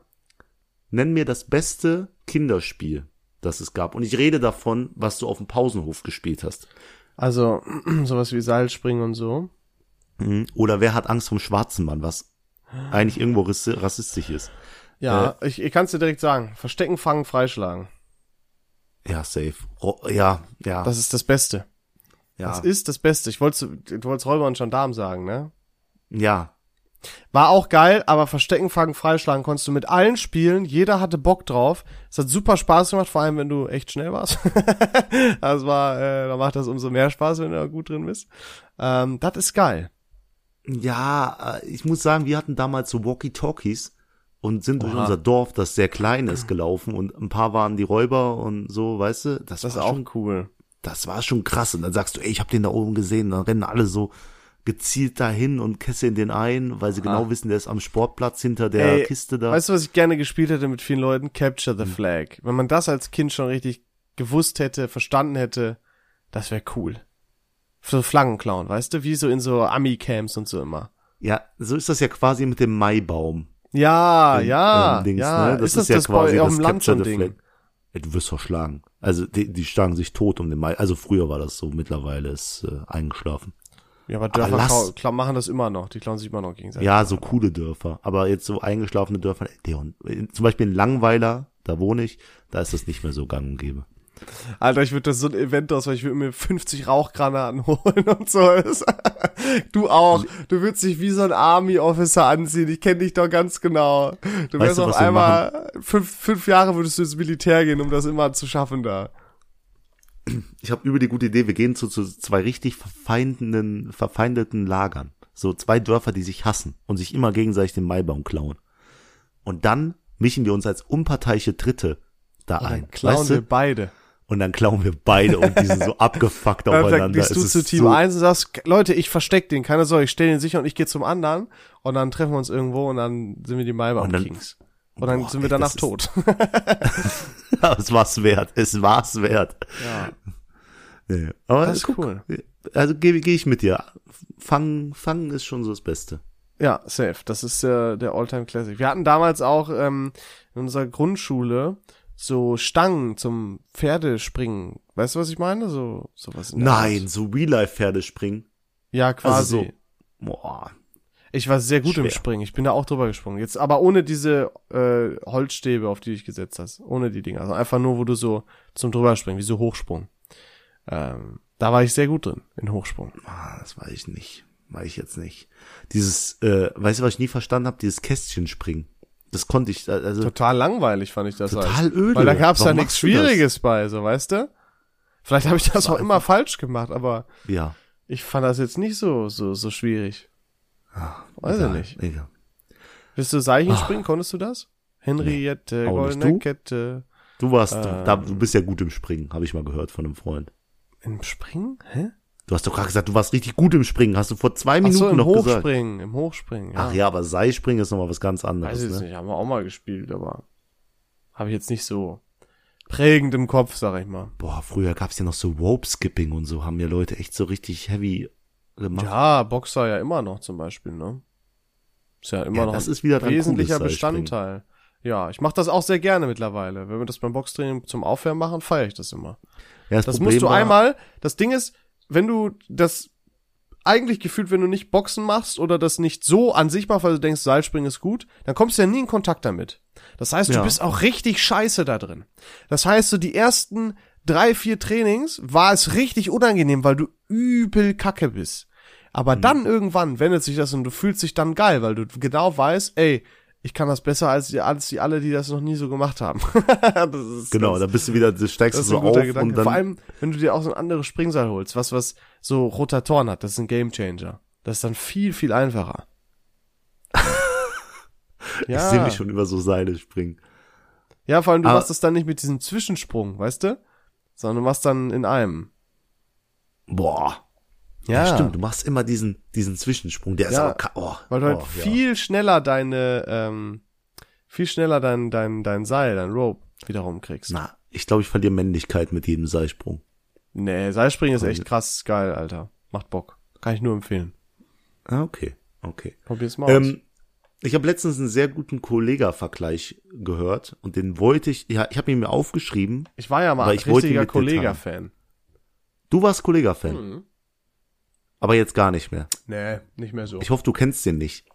[SPEAKER 1] Nenn mir das beste Kinderspiel, das es gab. Und ich rede davon, was du auf dem Pausenhof gespielt hast.
[SPEAKER 2] Also, sowas wie Seilspringen und so.
[SPEAKER 1] Mhm. Oder wer hat Angst vom schwarzen Mann, was eigentlich irgendwo rassi- rassistisch ist.
[SPEAKER 2] Ja, ich, ich kann's dir direkt sagen. Verstecken, fangen, freischlagen.
[SPEAKER 1] Ja, safe. Ro ja, ja.
[SPEAKER 2] Das ist das Beste.
[SPEAKER 1] ja.
[SPEAKER 2] Das ist das Beste. Ich wollte, du wolltest Räuber und Gendarm sagen, ne?
[SPEAKER 1] Ja,
[SPEAKER 2] War auch geil, aber Verstecken, Fangen, Freischlagen konntest du mit allen spielen. Jeder hatte Bock drauf. Es hat super Spaß gemacht, vor allem wenn du echt schnell warst. das war, äh, da macht das umso mehr Spaß, wenn du da gut drin bist. Ähm, das ist geil.
[SPEAKER 1] ja, äh, ich muss sagen, wir hatten damals so Walkie-Talkies und sind durch
[SPEAKER 2] Oha.
[SPEAKER 1] unser Dorf, das sehr klein ist, gelaufen und ein paar waren die Räuber und so, weißt du? Das,
[SPEAKER 2] Das ist
[SPEAKER 1] war
[SPEAKER 2] auch
[SPEAKER 1] schon,
[SPEAKER 2] cool.
[SPEAKER 1] das war schon krass und dann sagst du, ey, ich hab den da oben gesehen, dann rennen alle so gezielt dahin und kesseln den ein, weil sie genau wissen, der ist am Sportplatz hinter der
[SPEAKER 2] Ey,
[SPEAKER 1] Kiste da. Hm.
[SPEAKER 2] Weißt du, was ich gerne gespielt hätte mit vielen Leuten? Capture the Flag. Wenn man das als Kind schon richtig gewusst hätte, verstanden hätte, das wäre cool. So Flaggen klauen, weißt du? Wie so in so Ami-Camps und so immer.
[SPEAKER 1] ja, so ist das ja quasi mit dem Maibaum.
[SPEAKER 2] Ja, ja,
[SPEAKER 1] ähm, Dings,
[SPEAKER 2] ja.
[SPEAKER 1] ne? Das ist,
[SPEAKER 2] das
[SPEAKER 1] ja
[SPEAKER 2] das
[SPEAKER 1] quasi
[SPEAKER 2] bei, auf
[SPEAKER 1] das
[SPEAKER 2] dem Land so ein
[SPEAKER 1] Capture the
[SPEAKER 2] Ding?
[SPEAKER 1] Flag. Ja, du wirst verschlagen. Also die, die schlagen sich tot um den Mai. Also früher war das so, mittlerweile ist äh, eingeschlafen.
[SPEAKER 2] Ja, aber Dörfer
[SPEAKER 1] lass-
[SPEAKER 2] klau- klau- machen das immer noch. Die klauen sich immer noch gegenseitig.
[SPEAKER 1] Ja, so coole Dörfer. Aber jetzt so eingeschlafene Dörfer, Leon, in- zum Beispiel in Langweiler, da wohne ich, da ist das nicht mehr so gang und gäbe.
[SPEAKER 2] Alter, ich würde das so ein Event aus, weil ich würde mir 50 Rauchgranaten holen und so. Du
[SPEAKER 1] Also
[SPEAKER 2] auch. Du würdest dich wie so ein Army-Officer anziehen. Ich kenne dich doch ganz genau. Du wärst
[SPEAKER 1] du,
[SPEAKER 2] auf
[SPEAKER 1] was wir
[SPEAKER 2] einmal fünf, fünf Jahre würdest du ins Militär gehen, um das immer zu schaffen da.
[SPEAKER 1] Ich habe über die gute Idee, wir gehen zu, zu zwei richtig verfeindenden, verfeindeten Lagern. So zwei Dörfer, die sich hassen und sich immer gegenseitig den Maibaum klauen. Und dann mischen wir uns als unparteiische Dritte da
[SPEAKER 2] Und
[SPEAKER 1] ein.
[SPEAKER 2] dann klauen
[SPEAKER 1] weißt
[SPEAKER 2] wir
[SPEAKER 1] du?
[SPEAKER 2] beide.
[SPEAKER 1] Und dann klauen wir beide und die sind so abgefuckt
[SPEAKER 2] Dann
[SPEAKER 1] aufeinander.
[SPEAKER 2] dann gehst du
[SPEAKER 1] Es
[SPEAKER 2] zu
[SPEAKER 1] ist
[SPEAKER 2] Team
[SPEAKER 1] so,
[SPEAKER 2] 1 und sagst, Leute, ich versteck den, keine Sorge, ich stelle den sicher und ich gehe zum anderen und dann treffen wir uns irgendwo und dann sind wir die Maibach
[SPEAKER 1] Und dann-
[SPEAKER 2] Kings. Und dann
[SPEAKER 1] Boah,
[SPEAKER 2] sind
[SPEAKER 1] ey,
[SPEAKER 2] wir danach
[SPEAKER 1] das ist-
[SPEAKER 2] tot.
[SPEAKER 1] es war's wert. Es war's wert.
[SPEAKER 2] Ja.
[SPEAKER 1] Nee. Aber
[SPEAKER 2] Das ist
[SPEAKER 1] guck,
[SPEAKER 2] cool.
[SPEAKER 1] Also gehe geh ich mit dir. Fangen, fangen ist schon so das Beste.
[SPEAKER 2] Ja, safe. Das ist äh, der Alltime Classic. Wir hatten damals auch ähm, in unserer Grundschule so Stangen zum Pferdespringen. Weißt du, was ich meine? So sowas. in der
[SPEAKER 1] Nein,
[SPEAKER 2] Art.
[SPEAKER 1] so Real-Life-Pferde springen.
[SPEAKER 2] Ja, quasi.
[SPEAKER 1] Also so. Boah.
[SPEAKER 2] Ich war sehr gut im
[SPEAKER 1] Schwer.
[SPEAKER 2] Springen. Ich bin da auch drüber gesprungen. Jetzt aber ohne diese äh, Holzstäbe, auf die ich gesetzt hast. Ohne die Dinger. Also einfach nur, wo du so zum drüberspringen, wie so Hochsprung. Ähm, da war ich sehr gut drin, in Hochsprung.
[SPEAKER 1] Ah, das weiß ich nicht. Weiß ich jetzt nicht. Dieses, äh, weißt du, was ich nie verstanden habe? Dieses Kästchen springen. Das konnte ich, äh, also
[SPEAKER 2] Total langweilig fand ich das.
[SPEAKER 1] total öde.
[SPEAKER 2] Weil da gab's da
[SPEAKER 1] Warum
[SPEAKER 2] nichts
[SPEAKER 1] machst du das?
[SPEAKER 2] Schwieriges bei, so weißt du? Vielleicht habe ich das auch immer falsch gemacht, aber
[SPEAKER 1] Ja.
[SPEAKER 2] ich fand das jetzt nicht so so so schwierig.
[SPEAKER 1] Ah,
[SPEAKER 2] Weiß ich
[SPEAKER 1] egal, Ah.
[SPEAKER 2] nicht.
[SPEAKER 1] Egal.
[SPEAKER 2] Bist du Seilchen springen? Konntest du das? Henriette,
[SPEAKER 1] Auch nicht
[SPEAKER 2] goldene
[SPEAKER 1] du?
[SPEAKER 2] Kette.
[SPEAKER 1] Du warst,
[SPEAKER 2] Äh.
[SPEAKER 1] da, du bist ja gut im Springen, habe ich mal gehört von einem Freund.
[SPEAKER 2] Im Springen? Hä?
[SPEAKER 1] Du hast doch gerade gesagt, du warst richtig gut im Springen. Hast du vor zwei Minuten
[SPEAKER 2] Achso, im
[SPEAKER 1] noch gesagt.
[SPEAKER 2] Hochspringen, im Hochspringen. Ja.
[SPEAKER 1] Ach ja, aber Seilspringen ist nochmal was ganz
[SPEAKER 2] Weiß
[SPEAKER 1] anderes.
[SPEAKER 2] ich jetzt
[SPEAKER 1] Ne?
[SPEAKER 2] nicht, haben wir auch mal gespielt, aber habe ich jetzt nicht so prägend im Kopf, sag ich mal.
[SPEAKER 1] Boah, früher gab's ja noch so Rope-Skipping und so, haben ja Leute echt so richtig heavy gemacht.
[SPEAKER 2] Ja, Boxer ja immer noch zum Beispiel, ne? Ist ja immer
[SPEAKER 1] Ja,
[SPEAKER 2] noch
[SPEAKER 1] das
[SPEAKER 2] ein
[SPEAKER 1] ist wieder dran
[SPEAKER 2] wesentlicher
[SPEAKER 1] cooles Seilspringen.
[SPEAKER 2] Bestandteil. Ja, ich mache das auch sehr gerne mittlerweile. Wenn wir das beim Boxtraining zum Aufwärmen machen, feiere ich das immer.
[SPEAKER 1] Ja,
[SPEAKER 2] Das
[SPEAKER 1] Problem
[SPEAKER 2] musst du
[SPEAKER 1] war-
[SPEAKER 2] einmal, das Ding ist, wenn du das eigentlich gefühlt, wenn du nicht Boxen machst oder das nicht so an sich machst, weil du denkst, Seilspringen ist gut, dann kommst du ja nie in Kontakt damit. Das heißt, du
[SPEAKER 1] Ja.
[SPEAKER 2] bist auch richtig scheiße da drin. Das heißt, so die ersten drei, vier Trainings war es richtig unangenehm, weil du übel kacke bist.
[SPEAKER 1] Mhm.
[SPEAKER 2] Aber dann irgendwann wendet sich das und du fühlst dich dann geil, weil du genau weißt, ey, ich kann das besser als die, als die alle, die das noch nie so gemacht haben. das ist,
[SPEAKER 1] Genau, da bist du wieder, du steigst du
[SPEAKER 2] das ist ein
[SPEAKER 1] so
[SPEAKER 2] guter
[SPEAKER 1] auf
[SPEAKER 2] Gedanke.
[SPEAKER 1] und dann.
[SPEAKER 2] Vor allem, wenn du dir auch so ein anderes Springseil holst, was, was so Rotatoren hat, das ist ein Gamechanger. Das ist dann viel, viel einfacher.
[SPEAKER 1] ich sehe mich schon Ah. über so Seile springen.
[SPEAKER 2] ja, vor allem du
[SPEAKER 1] Aber-
[SPEAKER 2] machst das dann nicht mit diesem Zwischensprung, weißt du? Sondern du machst dann in einem.
[SPEAKER 1] Boah. Ja. stimmt, du machst immer diesen, diesen Zwischensprung, der ist
[SPEAKER 2] Ja,
[SPEAKER 1] aber, ka- oh,
[SPEAKER 2] Weil du halt
[SPEAKER 1] oh, ja.
[SPEAKER 2] viel schneller deine, ähm, viel schneller dein, dein, dein Seil, dein Rope wieder rumkriegst.
[SPEAKER 1] Na, ich glaube, ich verliere Männlichkeit mit jedem Seilsprung.
[SPEAKER 2] Nee, Seilspringen ist echt krass geil, Alter. Macht Bock. Kann ich nur empfehlen.
[SPEAKER 1] Ah, okay, okay.
[SPEAKER 2] Probier's mal aus.
[SPEAKER 1] Ähm, ich habe letztens einen sehr guten Kollega-Vergleich gehört und den wollte ich, ja, ich habe ihn mir aufgeschrieben.
[SPEAKER 2] Ich war ja mal
[SPEAKER 1] aber
[SPEAKER 2] ein
[SPEAKER 1] ich wollte
[SPEAKER 2] richtiger
[SPEAKER 1] mit dir teilen.
[SPEAKER 2] Kollega-Fan.
[SPEAKER 1] Du warst Kollega-Fan, aber jetzt gar nicht mehr.
[SPEAKER 2] Nee, nicht mehr so.
[SPEAKER 1] Ich hoffe, du kennst den nicht.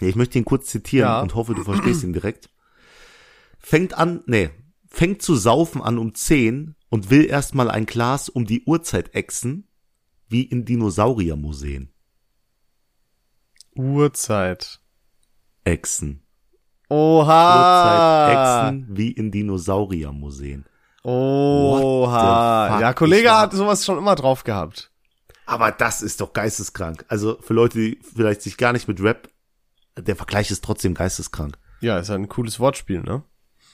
[SPEAKER 1] Ja, ich möchte ihn kurz zitieren
[SPEAKER 2] Ja.
[SPEAKER 1] und hoffe, du verstehst ihn direkt. Fängt an, nee, fängt zu saufen an um 10 und will erstmal ein Glas um die Uhrzeit ächzen, wie in Dinosauriermuseen.
[SPEAKER 2] Uhrzeit.
[SPEAKER 1] Ächzen.
[SPEAKER 2] Oha.
[SPEAKER 1] Uhrzeit ächzen, wie in Dinosauriermuseen. What the
[SPEAKER 2] Oha.
[SPEAKER 1] fuck?
[SPEAKER 2] Ja,
[SPEAKER 1] Ich
[SPEAKER 2] Kollege
[SPEAKER 1] war-
[SPEAKER 2] hat sowas schon immer drauf gehabt.
[SPEAKER 1] Aber das ist doch geisteskrank. Also für Leute, die vielleicht sich gar nicht mit Rap, der Vergleich ist trotzdem geisteskrank.
[SPEAKER 2] Ja, ist ja ein cooles Wortspiel, ne?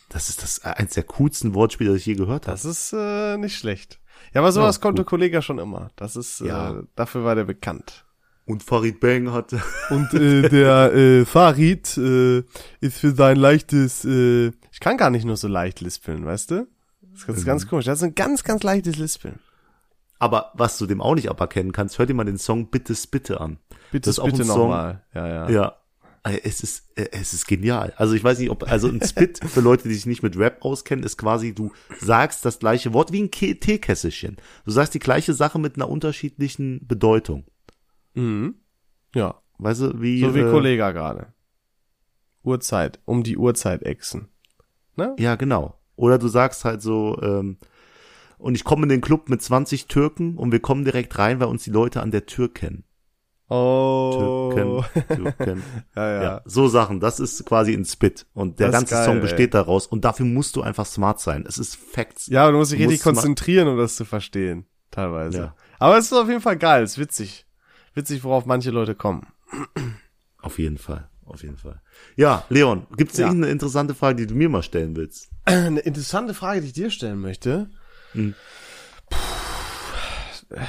[SPEAKER 1] Das ist das äh, eins der coolsten Wortspiele, das ich je gehört habe.
[SPEAKER 2] Das ist äh, nicht schlecht. Ja, aber sowas
[SPEAKER 1] Ja,
[SPEAKER 2] konnte Kollege schon immer. Das ist,
[SPEAKER 1] Ja.
[SPEAKER 2] äh, dafür war der bekannt.
[SPEAKER 1] Und Farid Bang hat
[SPEAKER 2] Und äh, der äh, Farid äh, ist für sein leichtes. Äh, ich kann gar nicht nur so leicht lispeln, weißt du? Das ist ganz, ganz komisch. Das ist ein ganz, ganz leichtes Lispeln.
[SPEAKER 1] Aber was du dem auch nicht aberkennen kannst, hör dir mal den Song Bitte Spitte an.
[SPEAKER 2] Bitte,
[SPEAKER 1] Das ist auch
[SPEAKER 2] bitte
[SPEAKER 1] ein Song.
[SPEAKER 2] nochmal. Ja, ja.
[SPEAKER 1] Ja. Äh, Es ist, äh, es ist genial. Also ich weiß nicht, ob, also ein Spit für Leute, die sich nicht mit Rap auskennen, ist quasi, du sagst das gleiche Wort wie ein Ke- Teekesselchen. Du sagst die gleiche Sache mit einer unterschiedlichen Bedeutung.
[SPEAKER 2] Mhm. ja.
[SPEAKER 1] Weißt du, wie.
[SPEAKER 2] So wie
[SPEAKER 1] äh,
[SPEAKER 2] Kollega gerade. Uhrzeit, um die Uhrzeit exen.
[SPEAKER 1] Ja, genau. Oder du sagst halt so, ähm, und ich komme in den Club mit 20 Türken und wir kommen direkt rein, weil uns die Leute an der Tür kennen. Türken,
[SPEAKER 2] Oh.
[SPEAKER 1] Türken.
[SPEAKER 2] Ja, ja.
[SPEAKER 1] Ja. so Sachen. Das ist quasi ein Spit. Und der
[SPEAKER 2] Das ist
[SPEAKER 1] ganze
[SPEAKER 2] geil,
[SPEAKER 1] Song
[SPEAKER 2] ey.
[SPEAKER 1] besteht daraus. Und dafür musst du einfach smart sein. Es ist Facts.
[SPEAKER 2] Ja, aber du musst dich richtig
[SPEAKER 1] Muss ma-
[SPEAKER 2] konzentrieren, um das zu verstehen. Teilweise.
[SPEAKER 1] Ja.
[SPEAKER 2] Aber es ist auf jeden Fall geil, es ist witzig. Witzig, worauf manche Leute kommen.
[SPEAKER 1] Auf jeden Fall. auf jeden Fall. Ja, Leon, gibt's da
[SPEAKER 2] Ja.
[SPEAKER 1] irgendeine interessante Frage, die du mir mal stellen willst?
[SPEAKER 2] Eine interessante Frage, die ich dir stellen möchte.
[SPEAKER 1] Hm.
[SPEAKER 2] Puh,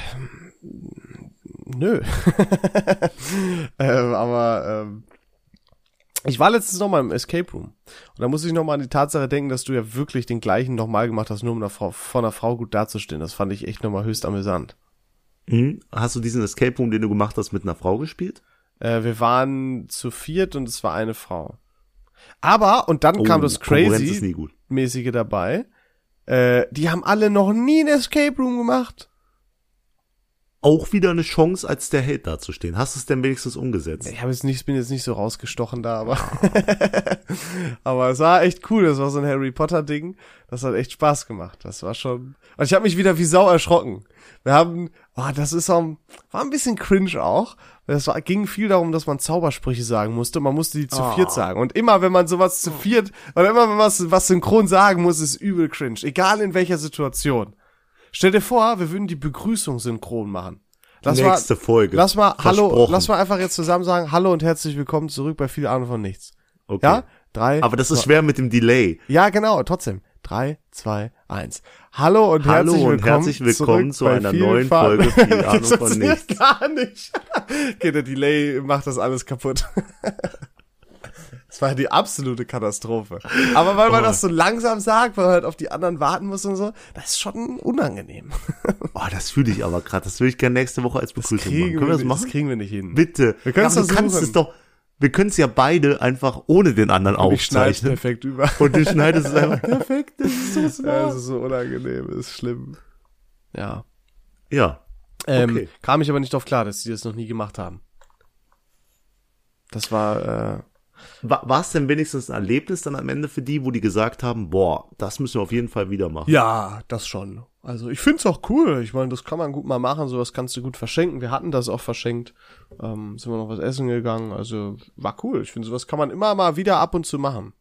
[SPEAKER 2] ähm, nö. ähm, aber ähm, ich war letztens noch mal im Escape Room. Und da muss ich noch mal an die Tatsache denken, dass du ja wirklich den gleichen noch mal gemacht hast, nur um einer Frau, vor einer Frau gut dazustehen. Das fand ich echt noch mal höchst amüsant.
[SPEAKER 1] Hm? Hast du diesen Escape Room, den du gemacht hast, mit einer Frau gespielt?
[SPEAKER 2] Äh, wir waren zu viert und es war eine Frau. Aber, und dann kam das
[SPEAKER 1] Oh, Konkurrenz
[SPEAKER 2] Crazy.
[SPEAKER 1] ist nie gut.
[SPEAKER 2] mäßige dabei. Äh, die haben alle noch nie ein Escape Room gemacht.
[SPEAKER 1] Auch wieder eine Chance, als der Held dazustehen. Hast du es denn wenigstens umgesetzt?
[SPEAKER 2] Ich habe jetzt nicht, bin jetzt nicht so rausgestochen da, aber aber es war echt cool. Das war so ein Harry Potter Ding. Das hat echt Spaß gemacht. Das war schon. Und ich habe mich wieder wie sau erschrocken. Wir haben, oh, das ist auch, war ein bisschen cringe auch. Es war, ging viel darum, dass man Zaubersprüche sagen musste. Man musste die zu viert sagen. Und immer, wenn man sowas zu viert oder immer, wenn man was, was synchron sagen muss, ist übel cringe. Egal in welcher Situation. Stell dir vor, wir würden die Begrüßung synchron machen. Lass
[SPEAKER 1] Nächste
[SPEAKER 2] mal,
[SPEAKER 1] Folge.
[SPEAKER 2] Lass mal, hallo,
[SPEAKER 1] Versprochen.
[SPEAKER 2] lass mal einfach jetzt zusammen sagen, hallo und herzlich willkommen zurück bei viel Ahnung von nichts.
[SPEAKER 1] Okay.
[SPEAKER 2] Ja? Drei.
[SPEAKER 1] Aber das ist schwer mit dem Delay.
[SPEAKER 2] Ja, genau, trotzdem. Drei, zwei, eins. Hallo und
[SPEAKER 1] Hallo
[SPEAKER 2] herzlich
[SPEAKER 1] und
[SPEAKER 2] willkommen.
[SPEAKER 1] herzlich willkommen
[SPEAKER 2] zurück
[SPEAKER 1] zu
[SPEAKER 2] bei
[SPEAKER 1] einer
[SPEAKER 2] viel
[SPEAKER 1] neuen
[SPEAKER 2] Fa-
[SPEAKER 1] Folge Viel Ahnung von
[SPEAKER 2] das funktioniert
[SPEAKER 1] nichts.
[SPEAKER 2] gar nicht. Okay, der Delay macht das alles kaputt. Das war die absolute Katastrophe. Aber weil
[SPEAKER 1] Oh.
[SPEAKER 2] man das so langsam sagt, weil man halt auf die anderen warten muss und so, das ist schon unangenehm.
[SPEAKER 1] Oh, das fühle ich aber gerade. Das würde ich gerne nächste Woche als Begrüßung machen. Können wir das
[SPEAKER 2] nicht-
[SPEAKER 1] machen?
[SPEAKER 2] das kriegen wir nicht hin.
[SPEAKER 1] Bitte.
[SPEAKER 2] Wir können's
[SPEAKER 1] aber du kannst
[SPEAKER 2] versuchen.
[SPEAKER 1] es doch. Wir können es ja beide einfach ohne den anderen
[SPEAKER 2] Ich schneide
[SPEAKER 1] aufzeichnen.
[SPEAKER 2] perfekt über.
[SPEAKER 1] Und du schneidest es einfach perfekt. Das ist so
[SPEAKER 2] Ja,
[SPEAKER 1] smart.
[SPEAKER 2] es ist so unangenehm, es ist schlimm. Ja.
[SPEAKER 1] Ja.
[SPEAKER 2] Ähm,
[SPEAKER 1] Okay.
[SPEAKER 2] Kam ich aber nicht drauf klar, dass die das noch nie gemacht haben. Das war, äh,
[SPEAKER 1] Wa- War es denn wenigstens ein Erlebnis dann am Ende für die, wo die gesagt haben, boah, das müssen wir auf jeden Fall wieder machen?
[SPEAKER 2] ja, das schon. Also ich find's auch cool. Ich meine, das kann man gut mal machen, sowas kannst du gut verschenken. Wir hatten das auch verschenkt. Ähm, sind wir noch was essen gegangen. Also war cool. Ich finde, sowas kann man immer mal wieder ab und zu machen.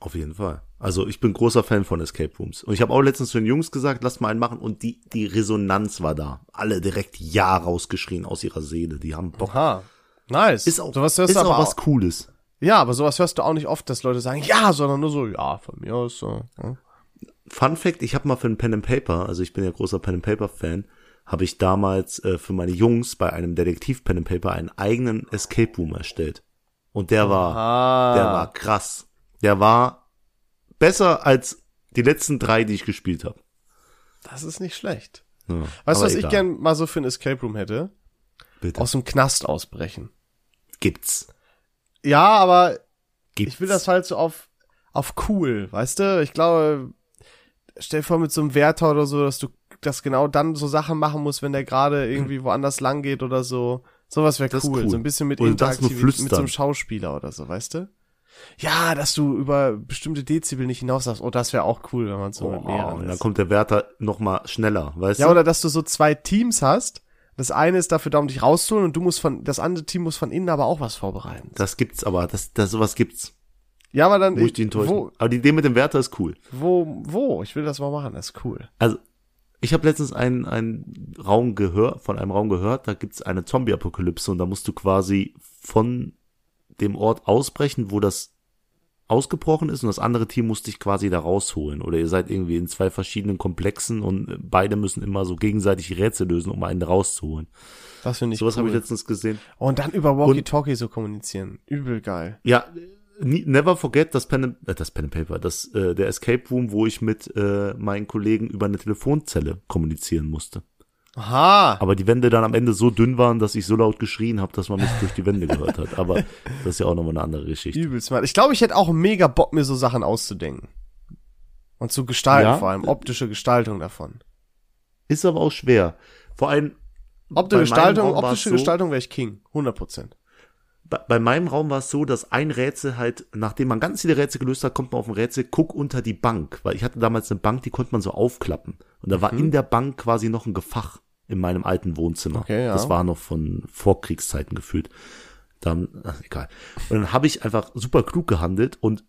[SPEAKER 1] Auf jeden Fall. Also ich bin großer Fan von Escape Rooms. Und ich habe auch letztens zu den Jungs gesagt, lasst mal einen machen. Und die, die Resonanz war da. Alle direkt Ja rausgeschrien aus ihrer Seele. Die haben Bock.
[SPEAKER 2] Aha. Nice.
[SPEAKER 1] Ist auch,
[SPEAKER 2] sowas hörst
[SPEAKER 1] ist
[SPEAKER 2] du aber
[SPEAKER 1] auch was Cooles.
[SPEAKER 2] Ja, aber sowas hörst du auch nicht oft, dass Leute sagen, ja, sondern nur so, ja, von mir aus so. ne? Ja.
[SPEAKER 1] Fun Fact, ich habe mal für ein Pen and Paper, also ich bin ja großer Pen and Paper Fan, habe ich damals äh, für meine Jungs bei einem Detektiv Pen and Paper einen eigenen Escape Room erstellt. Und der war
[SPEAKER 2] Ah.
[SPEAKER 1] der war krass. Der war besser als die letzten drei, die ich gespielt habe.
[SPEAKER 2] Das ist nicht schlecht.
[SPEAKER 1] Ja,
[SPEAKER 2] Weißt
[SPEAKER 1] aber
[SPEAKER 2] du, was ich
[SPEAKER 1] egal.
[SPEAKER 2] gern mal so für ein Escape Room hätte?
[SPEAKER 1] Bitte.
[SPEAKER 2] Aus dem Knast ausbrechen.
[SPEAKER 1] gibt's.
[SPEAKER 2] Ja, aber
[SPEAKER 1] Gibt's.
[SPEAKER 2] ich will das halt so auf, auf cool, weißt du? Ich glaube, stell dir vor mit so einem Wärter oder so, dass du das genau dann so Sachen machen musst, wenn der gerade irgendwie woanders lang geht oder so. Sowas wäre
[SPEAKER 1] Das ist
[SPEAKER 2] cool.
[SPEAKER 1] cool.
[SPEAKER 2] So ein bisschen mit
[SPEAKER 1] Oder du darfst nur
[SPEAKER 2] Interaktivität, mit so
[SPEAKER 1] flüstern.
[SPEAKER 2] einem Schauspieler oder so, weißt du? Ja, dass du über bestimmte Dezibel nicht hinaus darfst. Oh, das wäre auch cool, wenn man so
[SPEAKER 1] Oh,
[SPEAKER 2] mit mehreren
[SPEAKER 1] und
[SPEAKER 2] ist.
[SPEAKER 1] dann kommt der Wärter noch mal schneller, weißt
[SPEAKER 2] Ja,
[SPEAKER 1] du?
[SPEAKER 2] oder dass du so zwei Teams hast. Das eine ist dafür da, um dich rauszuholen und du musst von, das andere Team muss von innen aber auch was vorbereiten.
[SPEAKER 1] Das gibt's aber, das, das sowas gibt's.
[SPEAKER 2] Ja, aber dann,
[SPEAKER 1] Muss ich dich enttäuschen.
[SPEAKER 2] wo,
[SPEAKER 1] Aber die Idee mit dem Wärter ist cool.
[SPEAKER 2] wo, wo? Ich will das mal machen, das ist cool.
[SPEAKER 1] Also, ich habe letztens einen, einen Raum gehört, von einem Raum gehört, da gibt's eine Zombie-Apokalypse und da musst du quasi von dem Ort ausbrechen, wo das ausgebrochen ist und das andere Team muss dich quasi da rausholen. Oder ihr seid irgendwie in zwei verschiedenen Komplexen und beide müssen immer so gegenseitig Rätsel lösen, um einen rauszuholen.
[SPEAKER 2] Das finde ich
[SPEAKER 1] Sowas
[SPEAKER 2] cool. Oh,
[SPEAKER 1] habe ich letztens gesehen.
[SPEAKER 2] und dann über Walkie-Talkie so kommunizieren. Übel geil.
[SPEAKER 1] Ja, nie- never forget das Pen, and- äh, das Pen and Paper, das, äh, der Escape Room, wo ich mit äh, meinen Kollegen über eine Telefonzelle kommunizieren musste.
[SPEAKER 2] Aha.
[SPEAKER 1] Aber die Wände dann am Ende so dünn waren, dass ich so laut geschrien habe, dass man mich durch die Wände gehört hat. Aber das ist ja auch nochmal eine andere Geschichte.
[SPEAKER 2] Übel smart. Ich glaube, ich hätte auch mega Bock, mir so Sachen auszudenken. Und zu gestalten,
[SPEAKER 1] Ja?
[SPEAKER 2] vor allem optische Gestaltung davon.
[SPEAKER 1] Ist aber auch schwer. Vor allem Bei
[SPEAKER 2] Optische
[SPEAKER 1] meinem
[SPEAKER 2] Gestaltung,
[SPEAKER 1] Raum war's
[SPEAKER 2] optische
[SPEAKER 1] so-
[SPEAKER 2] Gestaltung wäre ich King. 100%.
[SPEAKER 1] bei, bei meinem Raum war es so, dass ein Rätsel halt, nachdem man ganz viele Rätsel gelöst hat, kommt man auf ein Rätsel, guck unter die Bank. Weil ich hatte damals eine Bank, die konnte man so aufklappen. Und da war
[SPEAKER 2] Mhm.
[SPEAKER 1] in der Bank quasi noch ein Gefach in meinem alten Wohnzimmer.
[SPEAKER 2] Okay, ja.
[SPEAKER 1] Das war noch von Vorkriegszeiten gefühlt. Dann, ach, egal. Und dann habe ich einfach super klug gehandelt und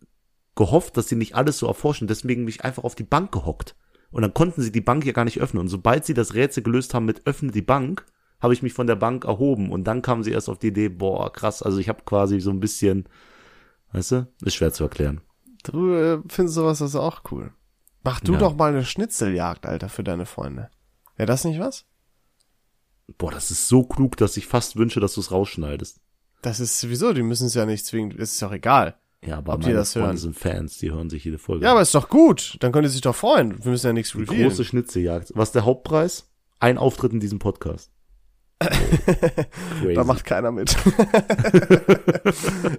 [SPEAKER 1] gehofft, dass sie nicht alles so erforschen, deswegen mich einfach auf die Bank gehockt. Und dann konnten sie die Bank ja gar nicht öffnen. Und sobald sie das Rätsel gelöst haben mit öffne die Bank, habe ich mich von der Bank erhoben und dann kamen sie erst auf die Idee, boah, krass, also ich habe quasi so ein bisschen, weißt du, ist schwer zu erklären.
[SPEAKER 2] Du äh, findest sowas also auch cool. Mach du
[SPEAKER 1] Ja.
[SPEAKER 2] doch mal eine Schnitzeljagd, Alter, für deine Freunde. Wäre das nicht was?
[SPEAKER 1] Boah, das ist so klug, dass ich fast wünsche, dass du es rausschneidest.
[SPEAKER 2] Das ist sowieso, die müssen es ja nicht zwingend, ist doch egal.
[SPEAKER 1] Ja, aber
[SPEAKER 2] Ob die
[SPEAKER 1] meine
[SPEAKER 2] das
[SPEAKER 1] Freunde
[SPEAKER 2] hören?
[SPEAKER 1] sind Fans, die hören sich jede Folge.
[SPEAKER 2] Ja, aber ist doch gut. Dann könnt ihr sich doch freuen. Wir müssen ja nichts
[SPEAKER 1] Die
[SPEAKER 2] revealen.
[SPEAKER 1] große Schnitzeljagd. Was ist der Hauptpreis? Ein Auftritt in diesem Podcast. Crazy.
[SPEAKER 2] Da macht keiner mit.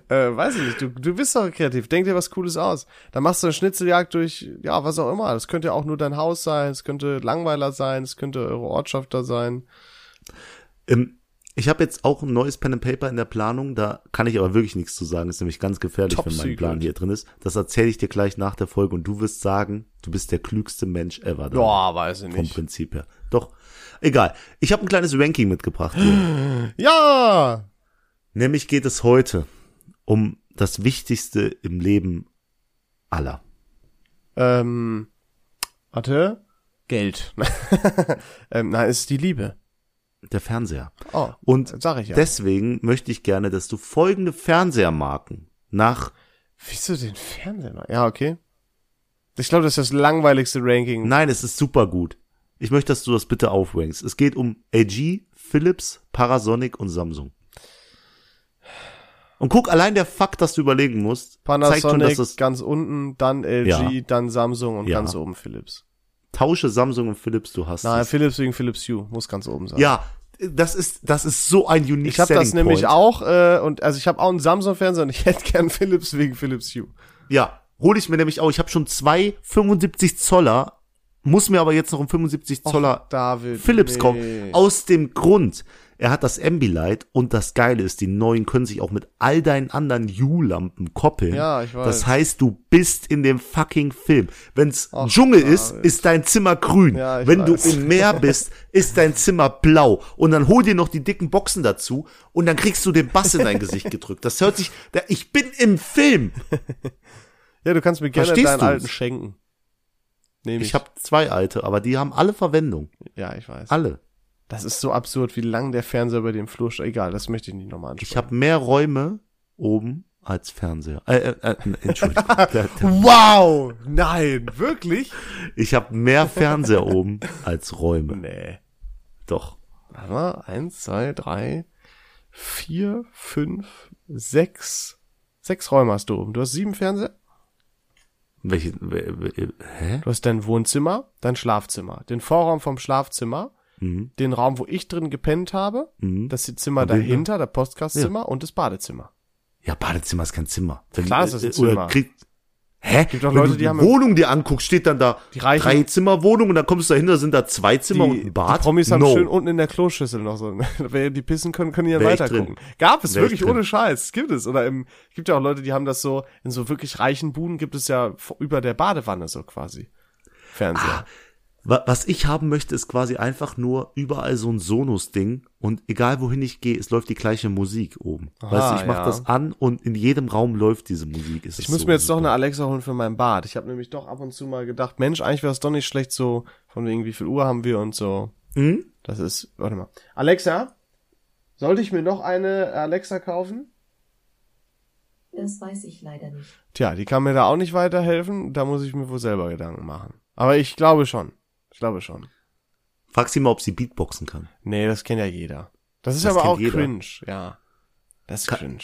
[SPEAKER 2] äh, weiß ich nicht, du, du bist doch kreativ. Denk dir was Cooles aus. Dann machst du eine Schnitzeljagd durch, ja, was auch immer. Das könnte ja auch nur dein Haus sein, es könnte Langweiler sein, es könnte eure Ortschaft da sein.
[SPEAKER 1] ähm, ich habe jetzt auch ein neues Pen and Paper in der Planung, da kann ich aber wirklich nichts zu sagen, ist nämlich ganz gefährlich,
[SPEAKER 2] Top
[SPEAKER 1] wenn mein
[SPEAKER 2] secret.
[SPEAKER 1] Plan hier drin ist. Das erzähle ich dir gleich nach der Folge und du wirst sagen, du bist der klügste Mensch ever. Daniel.
[SPEAKER 2] Boah, weiß ich
[SPEAKER 1] Vom
[SPEAKER 2] nicht.
[SPEAKER 1] Prinzip her. Doch. Egal. Ich habe ein kleines Ranking mitgebracht. Hier.
[SPEAKER 2] Ja!
[SPEAKER 1] Nämlich geht es heute um das Wichtigste im Leben aller.
[SPEAKER 2] Ähm, warte. Geld. ähm, nein, es ist die Liebe.
[SPEAKER 1] Der Fernseher.
[SPEAKER 2] Oh,
[SPEAKER 1] Und
[SPEAKER 2] sag ich ja.
[SPEAKER 1] deswegen möchte ich gerne, dass du folgende Fernsehermarken nach.
[SPEAKER 2] Wieso den Fernseher? Ja, okay. Ich glaube, das ist das langweiligste Ranking.
[SPEAKER 1] Nein, es ist super gut. Ich möchte, dass du das bitte aufrankst. Es geht um LG, Philips, Parasonic und Samsung. Und guck, allein der Fakt, dass du überlegen musst,
[SPEAKER 2] Panasonic
[SPEAKER 1] zeigt schon, dass es
[SPEAKER 2] ganz unten, dann LG,
[SPEAKER 1] Ja.
[SPEAKER 2] dann Samsung und
[SPEAKER 1] Ja.
[SPEAKER 2] ganz oben Philips.
[SPEAKER 1] tausche Samsung und Philips, du hast
[SPEAKER 2] Na,
[SPEAKER 1] es.
[SPEAKER 2] Philips wegen Philips Hue muss ganz oben sein.
[SPEAKER 1] Ja, das ist das ist so ein unique
[SPEAKER 2] ich habe das
[SPEAKER 1] Selling
[SPEAKER 2] nämlich
[SPEAKER 1] Point.
[SPEAKER 2] auch äh, und also ich habe auch einen Samsung Fernseher und ich hätte gern Philips wegen Philips Hue.
[SPEAKER 1] Ja, hole ich mir nämlich auch. Ich habe schon zwei 75 Zoller, muss mir aber jetzt noch einen 75 Zoller
[SPEAKER 2] David
[SPEAKER 1] Philips
[SPEAKER 2] nee.
[SPEAKER 1] kaufen. Aus dem Grund, er hat das Ambilight und das Geile ist, die neuen können sich auch mit all deinen anderen U-Lampen koppeln.
[SPEAKER 2] Ja, ich weiß.
[SPEAKER 1] Das heißt, du bist in dem fucking Film. Wenn's
[SPEAKER 2] Ach,
[SPEAKER 1] Dschungel
[SPEAKER 2] David.
[SPEAKER 1] ist, ist dein Zimmer grün.
[SPEAKER 2] Ja, ich
[SPEAKER 1] Wenn
[SPEAKER 2] weiß.
[SPEAKER 1] du im Meer bist, ist dein Zimmer blau. Und dann hol dir noch die dicken Boxen dazu und dann kriegst du den Bass in dein Gesicht gedrückt. Das hört sich, da- ich bin im Film.
[SPEAKER 2] Ja, du kannst mir gerne
[SPEAKER 1] Verstehst
[SPEAKER 2] deinen
[SPEAKER 1] du's?
[SPEAKER 2] alten schenken. Nehm ich.
[SPEAKER 1] Ich habe zwei alte, aber die haben alle Verwendung.
[SPEAKER 2] ja, ich weiß.
[SPEAKER 1] Alle.
[SPEAKER 2] Das ist so absurd, wie lang der Fernseher über dem Flur steht. Egal, das möchte ich nicht nochmal ansprechen.
[SPEAKER 1] Ich habe mehr Räume oben als Fernseher. Äh, äh, äh, Entschuldigung. Der- der-
[SPEAKER 2] wow, nein, wirklich?
[SPEAKER 1] ich habe mehr Fernseher oben als Räume.
[SPEAKER 2] Nee.
[SPEAKER 1] Doch.
[SPEAKER 2] Warte mal, eins, zwei, drei, vier, fünf, sechs. Sechs Räume hast du oben. Du hast sieben Fernseher.
[SPEAKER 1] Welche, we- we- hä?
[SPEAKER 2] Du hast dein Wohnzimmer, dein Schlafzimmer, den Vorraum vom Schlafzimmer, den Raum, wo ich drin gepennt habe, das Zimmer
[SPEAKER 1] den-
[SPEAKER 2] dahinter, der Podcastzimmer und das Badezimmer.
[SPEAKER 1] Ja, Badezimmer ist kein Zimmer. Wenn,
[SPEAKER 2] Klar ist es ein
[SPEAKER 1] äh, oder
[SPEAKER 2] Zimmer.
[SPEAKER 1] Krieg, hä?
[SPEAKER 2] Gibt doch
[SPEAKER 1] Wenn
[SPEAKER 2] Leute,
[SPEAKER 1] du
[SPEAKER 2] die haben-
[SPEAKER 1] Wohnung dir anguckst, steht dann da
[SPEAKER 2] Die reichen-
[SPEAKER 1] drei Zimmer Wohnung und dann kommst du dahinter, sind da zwei Zimmer und ein Bad.
[SPEAKER 2] die Promis haben
[SPEAKER 1] no.
[SPEAKER 2] schön unten in der Kloschüssel noch so. Wenn die pissen können, können die dann
[SPEAKER 1] Wär ich
[SPEAKER 2] weitergucken.
[SPEAKER 1] drin.
[SPEAKER 2] Gab es
[SPEAKER 1] Wär ich
[SPEAKER 2] wirklich
[SPEAKER 1] drin.
[SPEAKER 2] ohne Scheiß. Gibt es. Oder im, gibt ja auch Leute, die haben das so, in so wirklich reichen Buden gibt es ja vor- über der Badewanne so quasi.
[SPEAKER 1] Ah,
[SPEAKER 2] Fernseher.
[SPEAKER 1] Wa- Was ich haben möchte, ist quasi einfach nur überall so ein Sonos-Ding und egal wohin ich gehe, es läuft die gleiche Musik oben. weißt du, ich mache
[SPEAKER 2] ja.
[SPEAKER 1] das an und in jedem Raum läuft diese Musik. Es
[SPEAKER 2] ich
[SPEAKER 1] ist
[SPEAKER 2] muss
[SPEAKER 1] so
[SPEAKER 2] mir jetzt
[SPEAKER 1] super.
[SPEAKER 2] doch eine Alexa holen für mein Bad. Ich habe nämlich doch ab und zu mal gedacht, Mensch, eigentlich wäre es doch nicht schlecht so, von wegen wie viel Uhr haben wir und so.
[SPEAKER 1] Hm?
[SPEAKER 2] Das ist, warte mal. Alexa, sollte ich mir noch eine Alexa kaufen?
[SPEAKER 4] Das weiß ich leider nicht.
[SPEAKER 2] Tja, die kann mir da auch nicht weiterhelfen. Da muss ich mir wohl selber Gedanken machen. Aber ich glaube schon. Ich glaube schon.
[SPEAKER 1] Frag sie mal, ob sie Beatboxen kann.
[SPEAKER 2] Nee, das kennt ja jeder. Das ist
[SPEAKER 1] Das
[SPEAKER 2] aber
[SPEAKER 1] kennt
[SPEAKER 2] auch
[SPEAKER 1] jeder.
[SPEAKER 2] cringe, ja. Das ist cringe.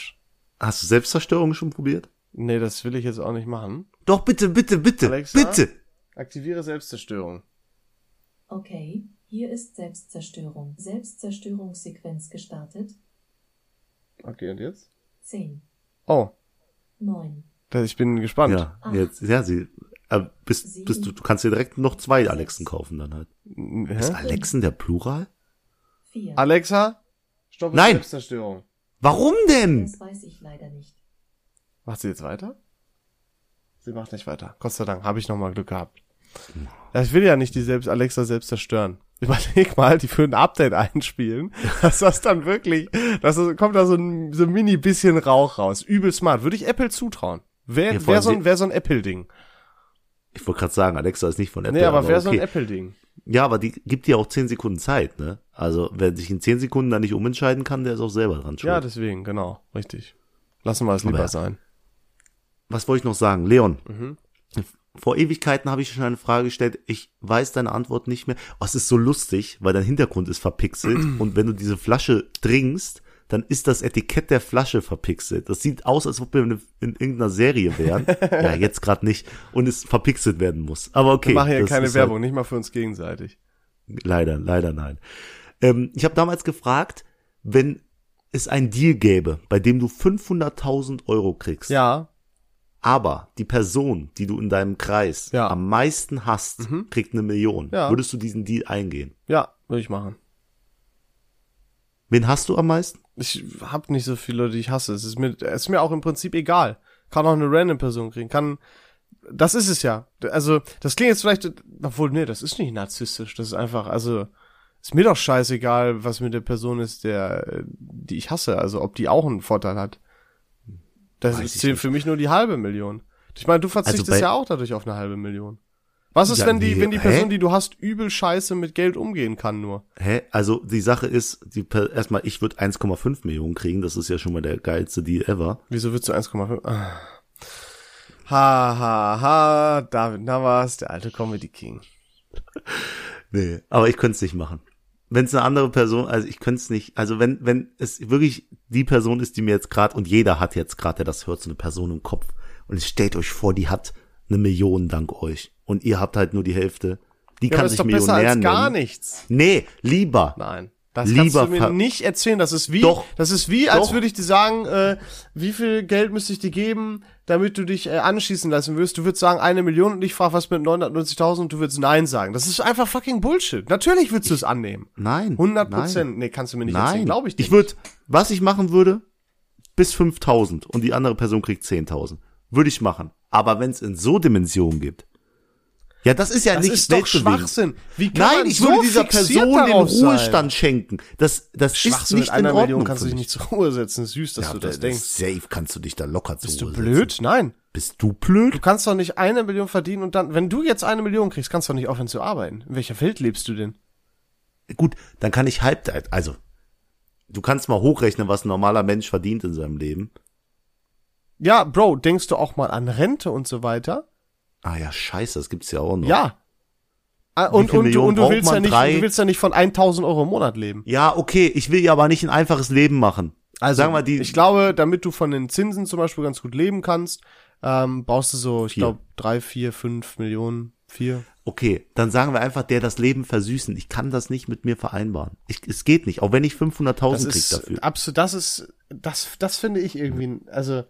[SPEAKER 1] Hast du Selbstzerstörung schon probiert?
[SPEAKER 2] Nee, das will ich jetzt auch nicht machen.
[SPEAKER 1] Doch, bitte, bitte, bitte,
[SPEAKER 2] Alexa?
[SPEAKER 1] bitte.
[SPEAKER 2] Aktiviere Selbstzerstörung.
[SPEAKER 4] Okay, hier ist Selbstzerstörung. Selbstzerstörungssequenz gestartet.
[SPEAKER 2] Okay, und jetzt?
[SPEAKER 4] 10,
[SPEAKER 2] Oh,
[SPEAKER 4] 9,
[SPEAKER 2] da- ich bin gespannt.
[SPEAKER 1] Ja, jetzt, ja, sie, äh, bist, bist du, du kannst dir direkt noch zwei Alexen kaufen dann halt. Ist
[SPEAKER 2] Hä?
[SPEAKER 1] Alexen der Plural?
[SPEAKER 4] 4.
[SPEAKER 2] Alexa, stoppe
[SPEAKER 1] Nein.
[SPEAKER 2] Selbstzerstörung.
[SPEAKER 1] Warum denn?
[SPEAKER 4] Das weiß ich leider nicht.
[SPEAKER 2] Macht sie jetzt weiter? Sie macht nicht weiter. Gott sei Dank, habe ich nochmal Glück gehabt. Ja, ich will ja nicht die selbst Alexa selbst zerstören. Überleg mal, die für ein Update einspielen, dass das dann wirklich, dass das, kommt da so ein, so ein mini bisschen Rauch raus. Übel smart. Würde ich Apple zutrauen. Wer,
[SPEAKER 1] Ja, vor
[SPEAKER 2] wer,
[SPEAKER 1] allem
[SPEAKER 2] so ein,
[SPEAKER 1] sie-
[SPEAKER 2] wer so ein Apple-Ding?
[SPEAKER 1] Ich wollte gerade sagen, Alexa ist nicht von Apple.
[SPEAKER 2] Nee, aber wer so ein
[SPEAKER 1] okay.
[SPEAKER 2] Apple-Ding?
[SPEAKER 1] Ja, aber die gibt dir auch 10 Sekunden Zeit, ne? Also, wer sich in 10 Sekunden da nicht umentscheiden kann, der ist auch selber dran schuld.
[SPEAKER 2] Ja, deswegen, genau, richtig. Lassen wir es lieber
[SPEAKER 1] ja.
[SPEAKER 2] sein.
[SPEAKER 1] Was wollte ich noch sagen? Leon,
[SPEAKER 2] Mhm.
[SPEAKER 1] vor Ewigkeiten habe ich schon eine Frage gestellt. Ich weiß deine Antwort nicht mehr. Oh, es ist so lustig, weil dein Hintergrund ist verpixelt. und wenn du diese Flasche trinkst, dann ist das Etikett der Flasche verpixelt. Das sieht aus, als ob wir in, in irgendeiner Serie wären. ja, jetzt gerade nicht. Und es verpixelt werden muss. Aber okay.
[SPEAKER 2] Wir machen hier
[SPEAKER 1] das
[SPEAKER 2] keine
[SPEAKER 1] ist halt-
[SPEAKER 2] Werbung, nicht mal für uns gegenseitig.
[SPEAKER 1] Leider, leider nein. Ähm, ich habe damals gefragt, wenn es einen Deal gäbe, bei dem du 500.000 Euro kriegst,
[SPEAKER 2] Ja,
[SPEAKER 1] aber die Person, die du in deinem Kreis
[SPEAKER 2] Ja. Mhm.
[SPEAKER 1] am meisten hast, kriegt eine Million,
[SPEAKER 2] Ja.
[SPEAKER 1] würdest du diesen Deal eingehen?
[SPEAKER 2] ja, würde ich machen.
[SPEAKER 1] Wen hast du am meisten?
[SPEAKER 2] Ich hab nicht so viele Leute, die ich hasse. Es ist mir, es ist mir auch im Prinzip egal. Kann auch eine random Person kriegen. Kann, das ist es ja. Also, das klingt jetzt vielleicht, obwohl, nee, das ist nicht narzisstisch. Das ist einfach, also, ist mir doch scheißegal, was mit der Person ist, der, äh, die ich hasse. Also, ob die auch einen Vorteil hat. Das
[SPEAKER 1] Weiß
[SPEAKER 2] ist
[SPEAKER 1] ich
[SPEAKER 2] zählt
[SPEAKER 1] nicht. Also
[SPEAKER 2] für mich nur die halbe Million. Ich meine, du verzichtest
[SPEAKER 1] bei-
[SPEAKER 2] ja auch dadurch auf eine halbe Million. Was ist,
[SPEAKER 1] Ja,
[SPEAKER 2] wenn die,
[SPEAKER 1] nee,
[SPEAKER 2] wenn die
[SPEAKER 1] hä?
[SPEAKER 2] Person, die du hast, übel scheiße mit Geld umgehen kann nur?
[SPEAKER 1] Hä? Also die Sache ist, die, per- erstmal, ich würde 1,5 Millionen kriegen, das ist ja schon mal der geilste Deal ever.
[SPEAKER 2] Wieso willst du 1,5? Ah. Ha, ha, ha, David Navas, der alte Comedy King.
[SPEAKER 1] Nee. Aber ich könnte es nicht machen. Wenn es eine andere Person, also ich könnte es nicht, also wenn, wenn es wirklich die Person ist, die mir jetzt gerade, und jeder hat jetzt gerade, der das hört, so eine Person im Kopf. Und es stellt euch vor, die hat eine Million dank euch. Und ihr habt halt nur die Hälfte. Die
[SPEAKER 2] Ja, aber
[SPEAKER 1] kann
[SPEAKER 2] ist
[SPEAKER 1] sich
[SPEAKER 2] doch besser
[SPEAKER 1] Millionär
[SPEAKER 2] als
[SPEAKER 1] nennen.
[SPEAKER 2] gar nichts.
[SPEAKER 1] Nee, lieber.
[SPEAKER 2] Nein. Das
[SPEAKER 1] Lieber
[SPEAKER 2] kannst du mir
[SPEAKER 1] ver-
[SPEAKER 2] nicht erzählen. Das ist wie,
[SPEAKER 1] Doch.
[SPEAKER 2] das ist wie, als
[SPEAKER 1] Doch.
[SPEAKER 2] würde ich dir sagen, äh, wie viel Geld müsste ich dir geben, damit du dich äh, anschießen lassen würdest. Du würdest sagen, eine Million und ich frage, was mit 990.000 und du würdest nein sagen. Das ist einfach fucking Bullshit. Natürlich würdest du es annehmen.
[SPEAKER 1] Nein.
[SPEAKER 2] 100
[SPEAKER 1] Nein.
[SPEAKER 2] Prozent. Nee, kannst du mir nicht erzählen.
[SPEAKER 1] Nein.
[SPEAKER 2] Glaube ich dir
[SPEAKER 1] Ich würde, was ich machen würde, bis 5000 und die andere Person kriegt 10.000. Würde ich machen. Aber wenn es in so Dimensionen gibt. Ja, das ist ja
[SPEAKER 2] Das
[SPEAKER 1] nicht
[SPEAKER 2] ist doch
[SPEAKER 1] weltbewegend.
[SPEAKER 2] Schwachsinn. Wie kann
[SPEAKER 1] Nein,
[SPEAKER 2] man
[SPEAKER 1] ich
[SPEAKER 2] so
[SPEAKER 1] würde dieser
[SPEAKER 2] fixiert
[SPEAKER 1] Person den
[SPEAKER 2] darauf sein?
[SPEAKER 1] Ruhestand schenken. Das, das ist
[SPEAKER 2] Schwachsinn
[SPEAKER 1] nicht
[SPEAKER 2] mit einer
[SPEAKER 1] in Ordnung.
[SPEAKER 2] Million kannst du
[SPEAKER 1] für
[SPEAKER 2] dich
[SPEAKER 1] mich.
[SPEAKER 2] nicht zur Ruhe setzen. Süß, dass
[SPEAKER 1] ja,
[SPEAKER 2] du das
[SPEAKER 1] der-
[SPEAKER 2] denkst.
[SPEAKER 1] Safe kannst du dich da locker zu
[SPEAKER 2] Bist du blöd? Nein.
[SPEAKER 1] Bist du blöd?
[SPEAKER 2] Du kannst doch nicht eine Million verdienen und dann, wenn du jetzt eine Million kriegst, kannst du doch nicht aufhören zu arbeiten. In welcher Welt lebst du denn?
[SPEAKER 1] Gut, dann kann ich halb, also, du kannst mal hochrechnen, was ein normaler Mensch verdient in seinem Leben.
[SPEAKER 2] Ja, Bro, denkst du auch mal an Rente und so weiter?
[SPEAKER 1] Ah ja, scheiße, das gibt's ja auch noch.
[SPEAKER 2] Ja. Ah,
[SPEAKER 1] Wie
[SPEAKER 2] Und,
[SPEAKER 1] viele
[SPEAKER 2] und, du,
[SPEAKER 1] Millionen
[SPEAKER 2] und du
[SPEAKER 1] braucht
[SPEAKER 2] willst ja
[SPEAKER 1] man?
[SPEAKER 2] nicht,
[SPEAKER 1] Drei?
[SPEAKER 2] du willst ja nicht von 1000 Euro im Monat leben.
[SPEAKER 1] Ja, okay, ich will ja aber nicht ein einfaches Leben machen. Also, sagen wir die,
[SPEAKER 2] Ich glaube, damit du von den Zinsen zum Beispiel ganz gut leben kannst, ähm, brauchst du so, ich
[SPEAKER 1] Vier.
[SPEAKER 2] glaube, drei, vier, fünf Millionen, vier.
[SPEAKER 1] okay, dann sagen wir einfach, der das Leben versüßen. Ich kann das nicht mit mir vereinbaren. Ich, es geht nicht, auch wenn ich 500.000 krieg dafür.
[SPEAKER 2] absolut, das ist, das, das finde ich irgendwie, also,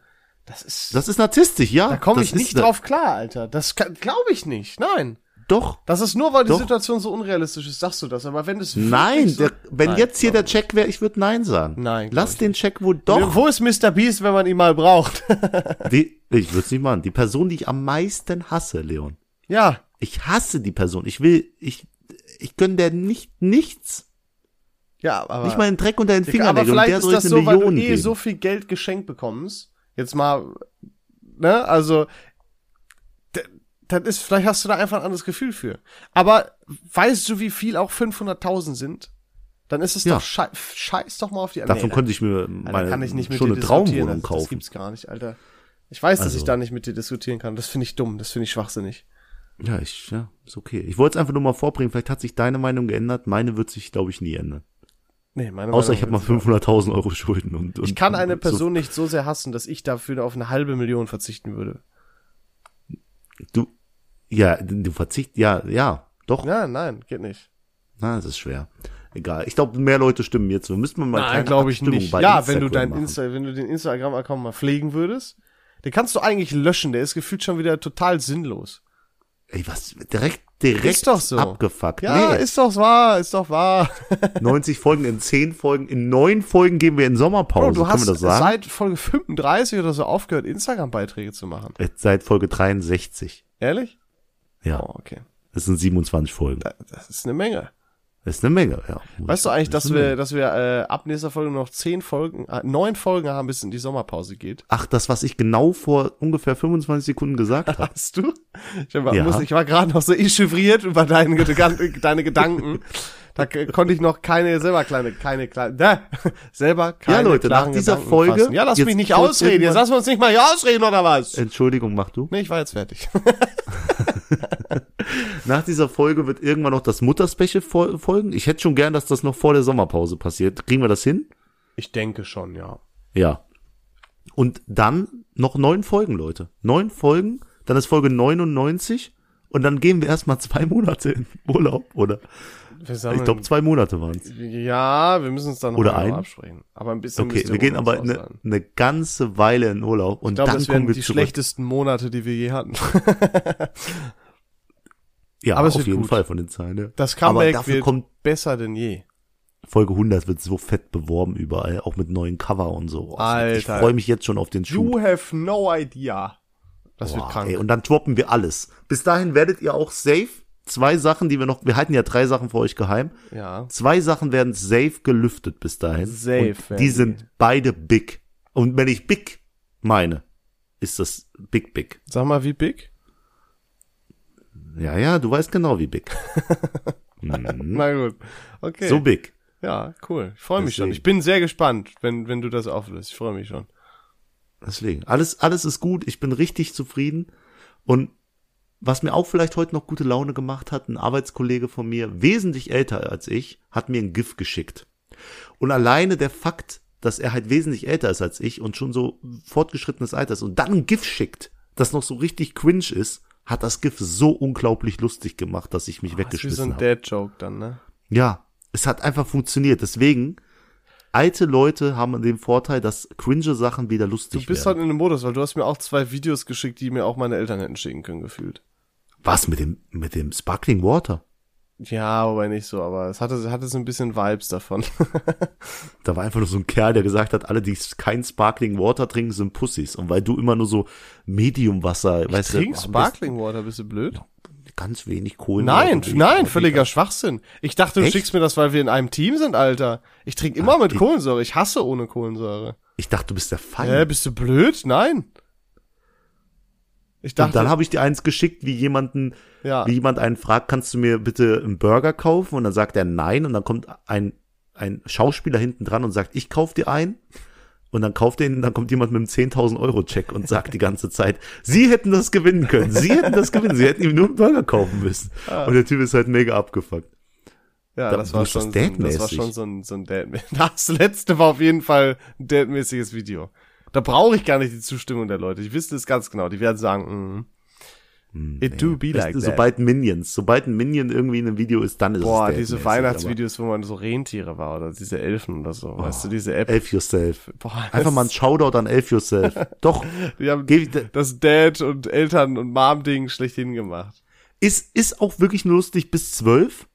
[SPEAKER 2] das ist,
[SPEAKER 1] Das ist narzisstisch, ja.
[SPEAKER 2] da komme
[SPEAKER 1] das
[SPEAKER 2] ich
[SPEAKER 1] ist
[SPEAKER 2] nicht
[SPEAKER 1] da-
[SPEAKER 2] drauf klar, Alter. Das glaube ich nicht, nein.
[SPEAKER 1] Doch.
[SPEAKER 2] Das ist nur, weil die
[SPEAKER 1] Doch.
[SPEAKER 2] Situation so unrealistisch ist, sagst du das, aber wenn es wirklich
[SPEAKER 1] Nein,
[SPEAKER 2] so,
[SPEAKER 1] der, wenn
[SPEAKER 2] Nein,
[SPEAKER 1] jetzt hier
[SPEAKER 2] glaub
[SPEAKER 1] der Check wäre, ich würde Nein sagen.
[SPEAKER 2] Nein, glaub
[SPEAKER 1] Lass
[SPEAKER 2] ich
[SPEAKER 1] den Check wohl doch.
[SPEAKER 2] Wo ist Mr. Beast, wenn man ihn mal braucht?
[SPEAKER 1] Die, ich würde es nicht machen. Die Person, die ich am meisten hasse, Leon.
[SPEAKER 2] ja,
[SPEAKER 1] Ich hasse die Person. Ich will, ich, ich gönn der nicht nichts.
[SPEAKER 2] ja, aber.
[SPEAKER 1] Nicht mal den Dreck unter den
[SPEAKER 2] Digga, aber
[SPEAKER 1] Fingernägeln. Und
[SPEAKER 2] vielleicht
[SPEAKER 1] der
[SPEAKER 2] ist
[SPEAKER 1] soll ich
[SPEAKER 2] das
[SPEAKER 1] eine
[SPEAKER 2] so, weil du
[SPEAKER 1] Million
[SPEAKER 2] eh
[SPEAKER 1] geben.
[SPEAKER 2] so viel Geld geschenkt bekommst. Jetzt mal, ne, also, d- das ist, vielleicht hast du da einfach ein anderes Gefühl für. Aber weißt du, wie viel auch 500.000 sind? Dann ist es
[SPEAKER 1] Ja.
[SPEAKER 2] doch scheiß, scheiß doch mal auf die
[SPEAKER 1] Davon
[SPEAKER 2] da-
[SPEAKER 1] könnte ich mir
[SPEAKER 2] Alter,
[SPEAKER 1] meine,
[SPEAKER 2] kann ich nicht mit
[SPEAKER 1] schon
[SPEAKER 2] dir
[SPEAKER 1] eine
[SPEAKER 2] diskutieren,
[SPEAKER 1] Traumwohnung
[SPEAKER 2] also, Das
[SPEAKER 1] kaufen.
[SPEAKER 2] gibt's gar nicht, Alter. Ich weiß, dass
[SPEAKER 1] Also-
[SPEAKER 2] ich da nicht mit dir diskutieren kann. Das finde ich dumm, das finde ich schwachsinnig.
[SPEAKER 1] Ja, ich, ja, ist okay. Ich wollte es einfach nur mal vorbringen. Vielleicht hat sich deine Meinung geändert. Meine wird sich, glaube ich, nie ändern.
[SPEAKER 2] Nee, meine
[SPEAKER 1] Außer
[SPEAKER 2] Meinung
[SPEAKER 1] ich habe
[SPEAKER 2] ist-
[SPEAKER 1] mal 500.000 Euro Schulden. Und, und
[SPEAKER 2] Ich kann eine
[SPEAKER 1] und so.
[SPEAKER 2] Person nicht so sehr hassen, dass ich dafür auf eine halbe Million verzichten würde.
[SPEAKER 1] Du, ja, du verzicht, ja, ja, doch.
[SPEAKER 2] Ja, nein, geht nicht.
[SPEAKER 1] Na, das ist schwer. Egal. Ich glaube, mehr Leute stimmen mir zu. Müssten wir mal eine
[SPEAKER 2] Nein,
[SPEAKER 1] kleine
[SPEAKER 2] glaube ich
[SPEAKER 1] Abstimmung
[SPEAKER 2] nicht.
[SPEAKER 1] bei
[SPEAKER 2] Ja,
[SPEAKER 1] Instagram
[SPEAKER 2] wenn du dein
[SPEAKER 1] machen.
[SPEAKER 2] Insta, wenn du den Instagram-Account mal pflegen würdest, den kannst du eigentlich löschen. Der ist gefühlt schon wieder total sinnlos.
[SPEAKER 1] Ey, was? Direkt, direkt
[SPEAKER 2] Ist doch so.
[SPEAKER 1] abgefuckt.
[SPEAKER 2] Ja,
[SPEAKER 1] nee,
[SPEAKER 2] ist doch wahr, ist doch wahr.
[SPEAKER 1] 90 Folgen in 10 Folgen, in 9 Folgen gehen wir in Sommerpause.
[SPEAKER 2] Bro, du
[SPEAKER 1] Können
[SPEAKER 2] hast
[SPEAKER 1] wir das sagen?
[SPEAKER 2] seit Folge 35 oder so aufgehört, Instagram-Beiträge zu machen.
[SPEAKER 1] Äh, seit Folge 63.
[SPEAKER 2] Ehrlich?
[SPEAKER 1] Ja,
[SPEAKER 2] Oh, okay.
[SPEAKER 1] das sind 27 Folgen.
[SPEAKER 2] Da- Das ist eine Menge.
[SPEAKER 1] Das ist eine Menge, ja.
[SPEAKER 2] Weißt du eigentlich,
[SPEAKER 1] Das
[SPEAKER 2] dass
[SPEAKER 1] ist eine
[SPEAKER 2] wir,
[SPEAKER 1] Menge.
[SPEAKER 2] dass wir äh, ab nächster Folge noch zehn Folgen, äh, neun Folgen haben, bis in die Sommerpause geht?
[SPEAKER 1] Ach, das, was ich genau vor ungefähr 25 Sekunden gesagt habe.
[SPEAKER 2] Hast du? Ich war,
[SPEAKER 1] Ja.
[SPEAKER 2] muss, ich war gerade noch so echauffiert über deine, Gedan- deine Gedanken. Da k- konnte ich noch keine selber kleine, keine kleine, da, selber keine
[SPEAKER 1] Ja, Leute, nach
[SPEAKER 2] klaren
[SPEAKER 1] dieser
[SPEAKER 2] Gedanken
[SPEAKER 1] Folge-
[SPEAKER 2] fassen. Ja, lass
[SPEAKER 1] jetzt
[SPEAKER 2] mich nicht
[SPEAKER 1] kurz Äh,
[SPEAKER 2] ausreden. Jetzt
[SPEAKER 1] irgendwann-
[SPEAKER 2] lassen wir uns nicht mal hier ausreden oder was?
[SPEAKER 1] Entschuldigung, mach du.
[SPEAKER 2] nee, ich war jetzt fertig.
[SPEAKER 1] Nach dieser Folge wird irgendwann noch das Mutterspecial fol- folgen. Ich hätte schon gern, dass das noch vor der Sommerpause passiert. Kriegen wir das hin?
[SPEAKER 2] Ich denke schon, ja.
[SPEAKER 1] Ja. Und dann noch neun Folgen, Leute. Neun Folgen, dann ist Folge 99 und dann gehen wir erstmal zwei Monate in Urlaub, oder?
[SPEAKER 2] Wir
[SPEAKER 1] Ich
[SPEAKER 2] sammeln-
[SPEAKER 1] glaube, zwei Monate waren's.
[SPEAKER 2] ja, wir müssen uns dann
[SPEAKER 1] Oder
[SPEAKER 2] heute noch
[SPEAKER 1] ein?
[SPEAKER 2] absprechen. Aber ein bisschen
[SPEAKER 1] Okay,
[SPEAKER 2] müsst ihr
[SPEAKER 1] wir gehen
[SPEAKER 2] wohl uns
[SPEAKER 1] aber eine,
[SPEAKER 2] aussagen.
[SPEAKER 1] eine ganze Weile in Urlaub und
[SPEAKER 2] Ich glaube,
[SPEAKER 1] dann
[SPEAKER 2] das wären
[SPEAKER 1] kommen wir
[SPEAKER 2] die
[SPEAKER 1] zurück.
[SPEAKER 2] schlechtesten Monate, die wir je hatten.
[SPEAKER 1] ja,
[SPEAKER 2] aber es
[SPEAKER 1] auf
[SPEAKER 2] wird
[SPEAKER 1] jeden
[SPEAKER 2] gut.
[SPEAKER 1] Fall von den Zahlen. Ne?
[SPEAKER 2] Das
[SPEAKER 1] aber
[SPEAKER 2] Comeback
[SPEAKER 1] dafür
[SPEAKER 2] wird
[SPEAKER 1] kommt
[SPEAKER 2] besser denn je.
[SPEAKER 1] Folge 100 wird so fett beworben überall, auch mit neuen Cover und so. Oh,
[SPEAKER 2] Alter.
[SPEAKER 1] Ich freue mich jetzt schon auf den Shoot.
[SPEAKER 2] You have no idea. Das wird
[SPEAKER 1] Boah,
[SPEAKER 2] krank.
[SPEAKER 1] Ey, und dann droppen wir alles. Bis dahin werdet ihr auch safe zwei Sachen, die wir noch, wir halten ja drei Sachen für euch geheim.
[SPEAKER 2] ja.
[SPEAKER 1] Zwei Sachen werden safe gelüftet bis dahin.
[SPEAKER 2] Safe werden
[SPEAKER 1] Und die
[SPEAKER 2] die.
[SPEAKER 1] sind beide big. Und wenn ich big meine, ist das big big.
[SPEAKER 2] Sag mal, wie big?
[SPEAKER 1] Ja, ja, du weißt genau wie big.
[SPEAKER 2] Na gut. Okay.
[SPEAKER 1] Mhm. So big.
[SPEAKER 2] ja, cool. Ich freue mich schon.
[SPEAKER 1] Deswegen.
[SPEAKER 2] Ich bin sehr gespannt, wenn, wenn du das auflöst. Ich freue mich schon.
[SPEAKER 1] Deswegen. Alles, alles ist gut. Ich bin richtig zufrieden. Und was mir auch vielleicht heute noch gute Laune gemacht hat, ein Arbeitskollege von mir, wesentlich älter als ich, hat mir ein GIF geschickt. Und alleine der Fakt, dass er halt wesentlich älter ist als ich und schon so fortgeschrittenes Alter ist und dann ein GIF schickt, das noch so richtig cringe ist, hat das GIF so unglaublich lustig gemacht, dass ich mich
[SPEAKER 2] Das Ah, ist wie so
[SPEAKER 1] weggeschmissen
[SPEAKER 2] ein
[SPEAKER 1] habe.
[SPEAKER 2] Dad-Joke dann, ne?
[SPEAKER 1] Ja, es hat einfach funktioniert. Deswegen, alte Leute haben den Vorteil, dass cringe Sachen wieder lustig
[SPEAKER 2] Du bist
[SPEAKER 1] werden.
[SPEAKER 2] heute in dem Modus, weil du hast mir auch zwei Videos geschickt, die mir auch meine Eltern hätten schicken können, gefühlt.
[SPEAKER 1] Was mit dem mit dem Sparkling Water?
[SPEAKER 2] Ja, wobei nicht so, aber es hatte, hatte so ein bisschen Vibes davon.
[SPEAKER 1] Da war einfach nur so ein Kerl, der gesagt hat, alle, die kein Sparkling Water trinken, sind Pussys. Und weil du immer nur so Medium-Wasser, weißt
[SPEAKER 2] Trink
[SPEAKER 1] du, am besten
[SPEAKER 2] Sparkling Water, bist du blöd?
[SPEAKER 1] ganz wenig Kohlen.
[SPEAKER 2] Nein,
[SPEAKER 1] Oder so.
[SPEAKER 2] nein, völliger Schwachsinn. Ich dachte, du
[SPEAKER 1] Echt?
[SPEAKER 2] schickst mir das, weil wir in einem Team sind, Alter. Ich trinke immer mit
[SPEAKER 1] ich-
[SPEAKER 2] Kohlensäure. Ich hasse ohne Kohlensäure.
[SPEAKER 1] Ich dachte, du bist der
[SPEAKER 2] Hä,
[SPEAKER 1] Feind.
[SPEAKER 2] bist du blöd? Nein. Ich
[SPEAKER 1] Und dann
[SPEAKER 2] dachte,
[SPEAKER 1] habe ich dir eins geschickt, wie jemanden,
[SPEAKER 2] Ja.
[SPEAKER 1] wie jemand einen fragt, kannst du mir bitte einen Burger kaufen? Und dann sagt er nein. Und dann kommt ein, ein Schauspieler hinten dran und sagt, ich kauf dir einen. Und dann kauft den, dann kommt jemand mit einem 10.000 Euro Check und sagt die ganze Zeit, Sie hätten das gewinnen können. Sie hätten das gewinnen. Sie hätten ihm nur einen Burger kaufen müssen.
[SPEAKER 2] Ah.
[SPEAKER 1] Und der Typ ist halt mega abgefuckt.
[SPEAKER 2] ja,
[SPEAKER 1] da-
[SPEAKER 2] das
[SPEAKER 1] wo
[SPEAKER 2] war
[SPEAKER 1] ist das
[SPEAKER 2] schon, so ein- das war
[SPEAKER 1] Dad-mäßig?
[SPEAKER 2] schon so ein, so ein Dad. Das letzte war auf jeden Fall ein Dad-mäßiges Video. Da brauche ich gar nicht die Zustimmung der Leute. Ich wüsste es ganz genau. Die werden sagen,
[SPEAKER 1] Hm,
[SPEAKER 2] mm, it do be like that.
[SPEAKER 1] sobald Minions, sobald ein Minion irgendwie in einem Video ist, dann ist es
[SPEAKER 2] Boah,
[SPEAKER 1] der
[SPEAKER 2] diese
[SPEAKER 1] mäßig,
[SPEAKER 2] Weihnachtsvideos, wo man so Rentiere war oder diese Elfen oder so. weißt du, diese
[SPEAKER 1] aber
[SPEAKER 2] App.
[SPEAKER 1] Oh, Elf Yourself.
[SPEAKER 2] Boah,
[SPEAKER 1] Einfach mal ein Shoutout an Elf Yourself. Doch.
[SPEAKER 2] Die haben
[SPEAKER 1] Geh- da-
[SPEAKER 2] das Dad und Eltern und Mom-Ding schlechthin gemacht.
[SPEAKER 1] Ist, ist auch wirklich nur lustig bis 12.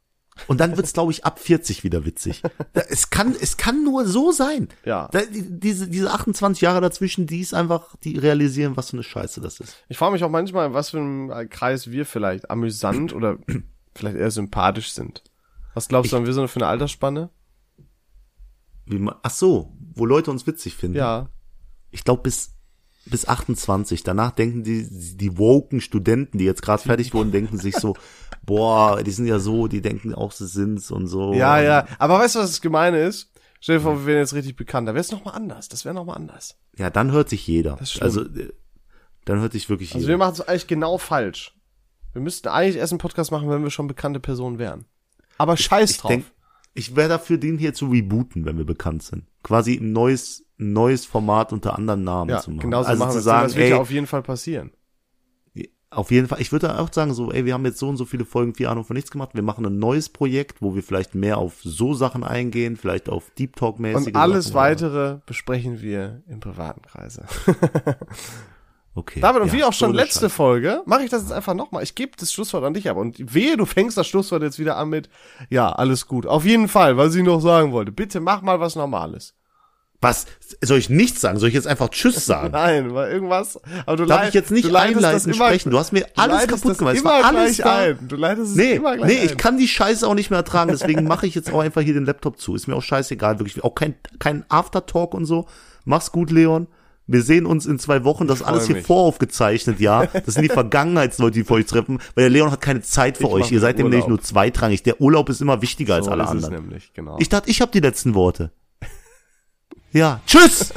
[SPEAKER 1] Und dann wird's, glaube ich, ab 40 wieder witzig. Da, es kann, es kann nur so sein.
[SPEAKER 2] Ja.
[SPEAKER 1] Da, die, diese, diese 28 Jahre dazwischen, die ist einfach, die realisieren, was für eine Scheiße das ist.
[SPEAKER 2] Ich frage mich auch manchmal, in was für einem Kreis wir vielleicht amüsant oder vielleicht eher sympathisch sind. Was glaubst du, haben wir so eine für eine Altersspanne?
[SPEAKER 1] Wie man, ach so, wo Leute uns witzig finden.
[SPEAKER 2] Ja.
[SPEAKER 1] Ich glaube, bis, bis 28. Danach denken die, die woken Studenten, die jetzt gerade fertig wurden, denken sich so, boah, die sind ja so, die denken auch, sie sind's und so.
[SPEAKER 2] Ja, ja. Aber weißt du, was das Gemeine ist? Stell dir vor, wir wären jetzt richtig bekannt. Da wäre es nochmal anders. Das wäre nochmal anders.
[SPEAKER 1] Ja, dann hört sich jeder.
[SPEAKER 2] ist schlimm.
[SPEAKER 1] also, äh, dann hört sich wirklich
[SPEAKER 2] Also wir
[SPEAKER 1] jeder.
[SPEAKER 2] machen es eigentlich genau falsch. Wir müssten eigentlich erst einen Podcast machen, wenn wir schon bekannte Personen wären. Aber scheiß
[SPEAKER 1] Ich
[SPEAKER 2] drauf.
[SPEAKER 1] denk, ich wäre dafür, den hier zu rebooten, wenn wir bekannt sind. Quasi ein neues, ein neues Format unter anderem Namen
[SPEAKER 2] ja,
[SPEAKER 1] zu machen.
[SPEAKER 2] genau so
[SPEAKER 1] also
[SPEAKER 2] machen wir
[SPEAKER 1] zu
[SPEAKER 2] es.
[SPEAKER 1] sagen,
[SPEAKER 2] Das wird
[SPEAKER 1] ey,
[SPEAKER 2] ja
[SPEAKER 1] auf,
[SPEAKER 2] auf jeden Fall passieren.
[SPEAKER 1] jeden Fall, ich würde auch sagen, so, ey, wir haben jetzt so und so viele Folgen, vier Ahnung von nichts gemacht. Wir machen ein neues Projekt, wo wir vielleicht mehr auf so Sachen eingehen, vielleicht auf Deep Talk-mäßig.
[SPEAKER 2] Und alles weitere besprechen wir im privaten Kreise.
[SPEAKER 1] Okay.
[SPEAKER 2] David, und
[SPEAKER 1] ja,
[SPEAKER 2] wie auch schon
[SPEAKER 1] so eine
[SPEAKER 2] letzte
[SPEAKER 1] Scheiße.
[SPEAKER 2] Folge, mache ich das jetzt einfach nochmal. Ich gebe das Schlusswort an dich ab. Und wehe, du fängst das Schlusswort jetzt wieder an mit, ja, alles gut. Auf jeden Fall, was ich noch sagen wollte. Bitte mach mal was Normales.
[SPEAKER 1] Was? Soll ich nichts sagen? Soll ich jetzt einfach Tschüss sagen?
[SPEAKER 2] Nein, weil irgendwas. Aber du
[SPEAKER 1] Darf
[SPEAKER 2] leid-
[SPEAKER 1] ich jetzt nicht
[SPEAKER 2] du leitest das
[SPEAKER 1] einleiten,
[SPEAKER 2] immer-
[SPEAKER 1] sprechen? Du hast mir
[SPEAKER 2] du
[SPEAKER 1] alles
[SPEAKER 2] leitest
[SPEAKER 1] kaputt
[SPEAKER 2] das
[SPEAKER 1] gemacht. Es
[SPEAKER 2] Immer
[SPEAKER 1] war alles
[SPEAKER 2] gleich
[SPEAKER 1] da.
[SPEAKER 2] ein. Du leitest es
[SPEAKER 1] Nee,
[SPEAKER 2] immer gleich
[SPEAKER 1] nee, ich
[SPEAKER 2] ein.
[SPEAKER 1] kann die Scheiße auch nicht mehr ertragen, deswegen mache ich jetzt auch einfach hier den Laptop zu. Ist mir auch scheißegal, wirklich. Auch kein, kein Aftertalk und so. Mach's gut, Leon. Wir sehen uns in zwei Wochen. Das ist alles hier
[SPEAKER 2] mich.
[SPEAKER 1] voraufgezeichnet, ja. Das sind die Vergangenheitsleute, die vor euch treffen, weil der Leon hat keine Zeit für
[SPEAKER 2] Ich
[SPEAKER 1] euch.
[SPEAKER 2] mach
[SPEAKER 1] Ihr seid dem
[SPEAKER 2] Urlaub.
[SPEAKER 1] nämlich nur zweitrangig. Der Urlaub ist immer wichtiger als
[SPEAKER 2] so
[SPEAKER 1] alle
[SPEAKER 2] ist
[SPEAKER 1] anderen.
[SPEAKER 2] Es nämlich, genau.
[SPEAKER 1] Ich dachte, ich habe die letzten Worte. Ja, tschüss!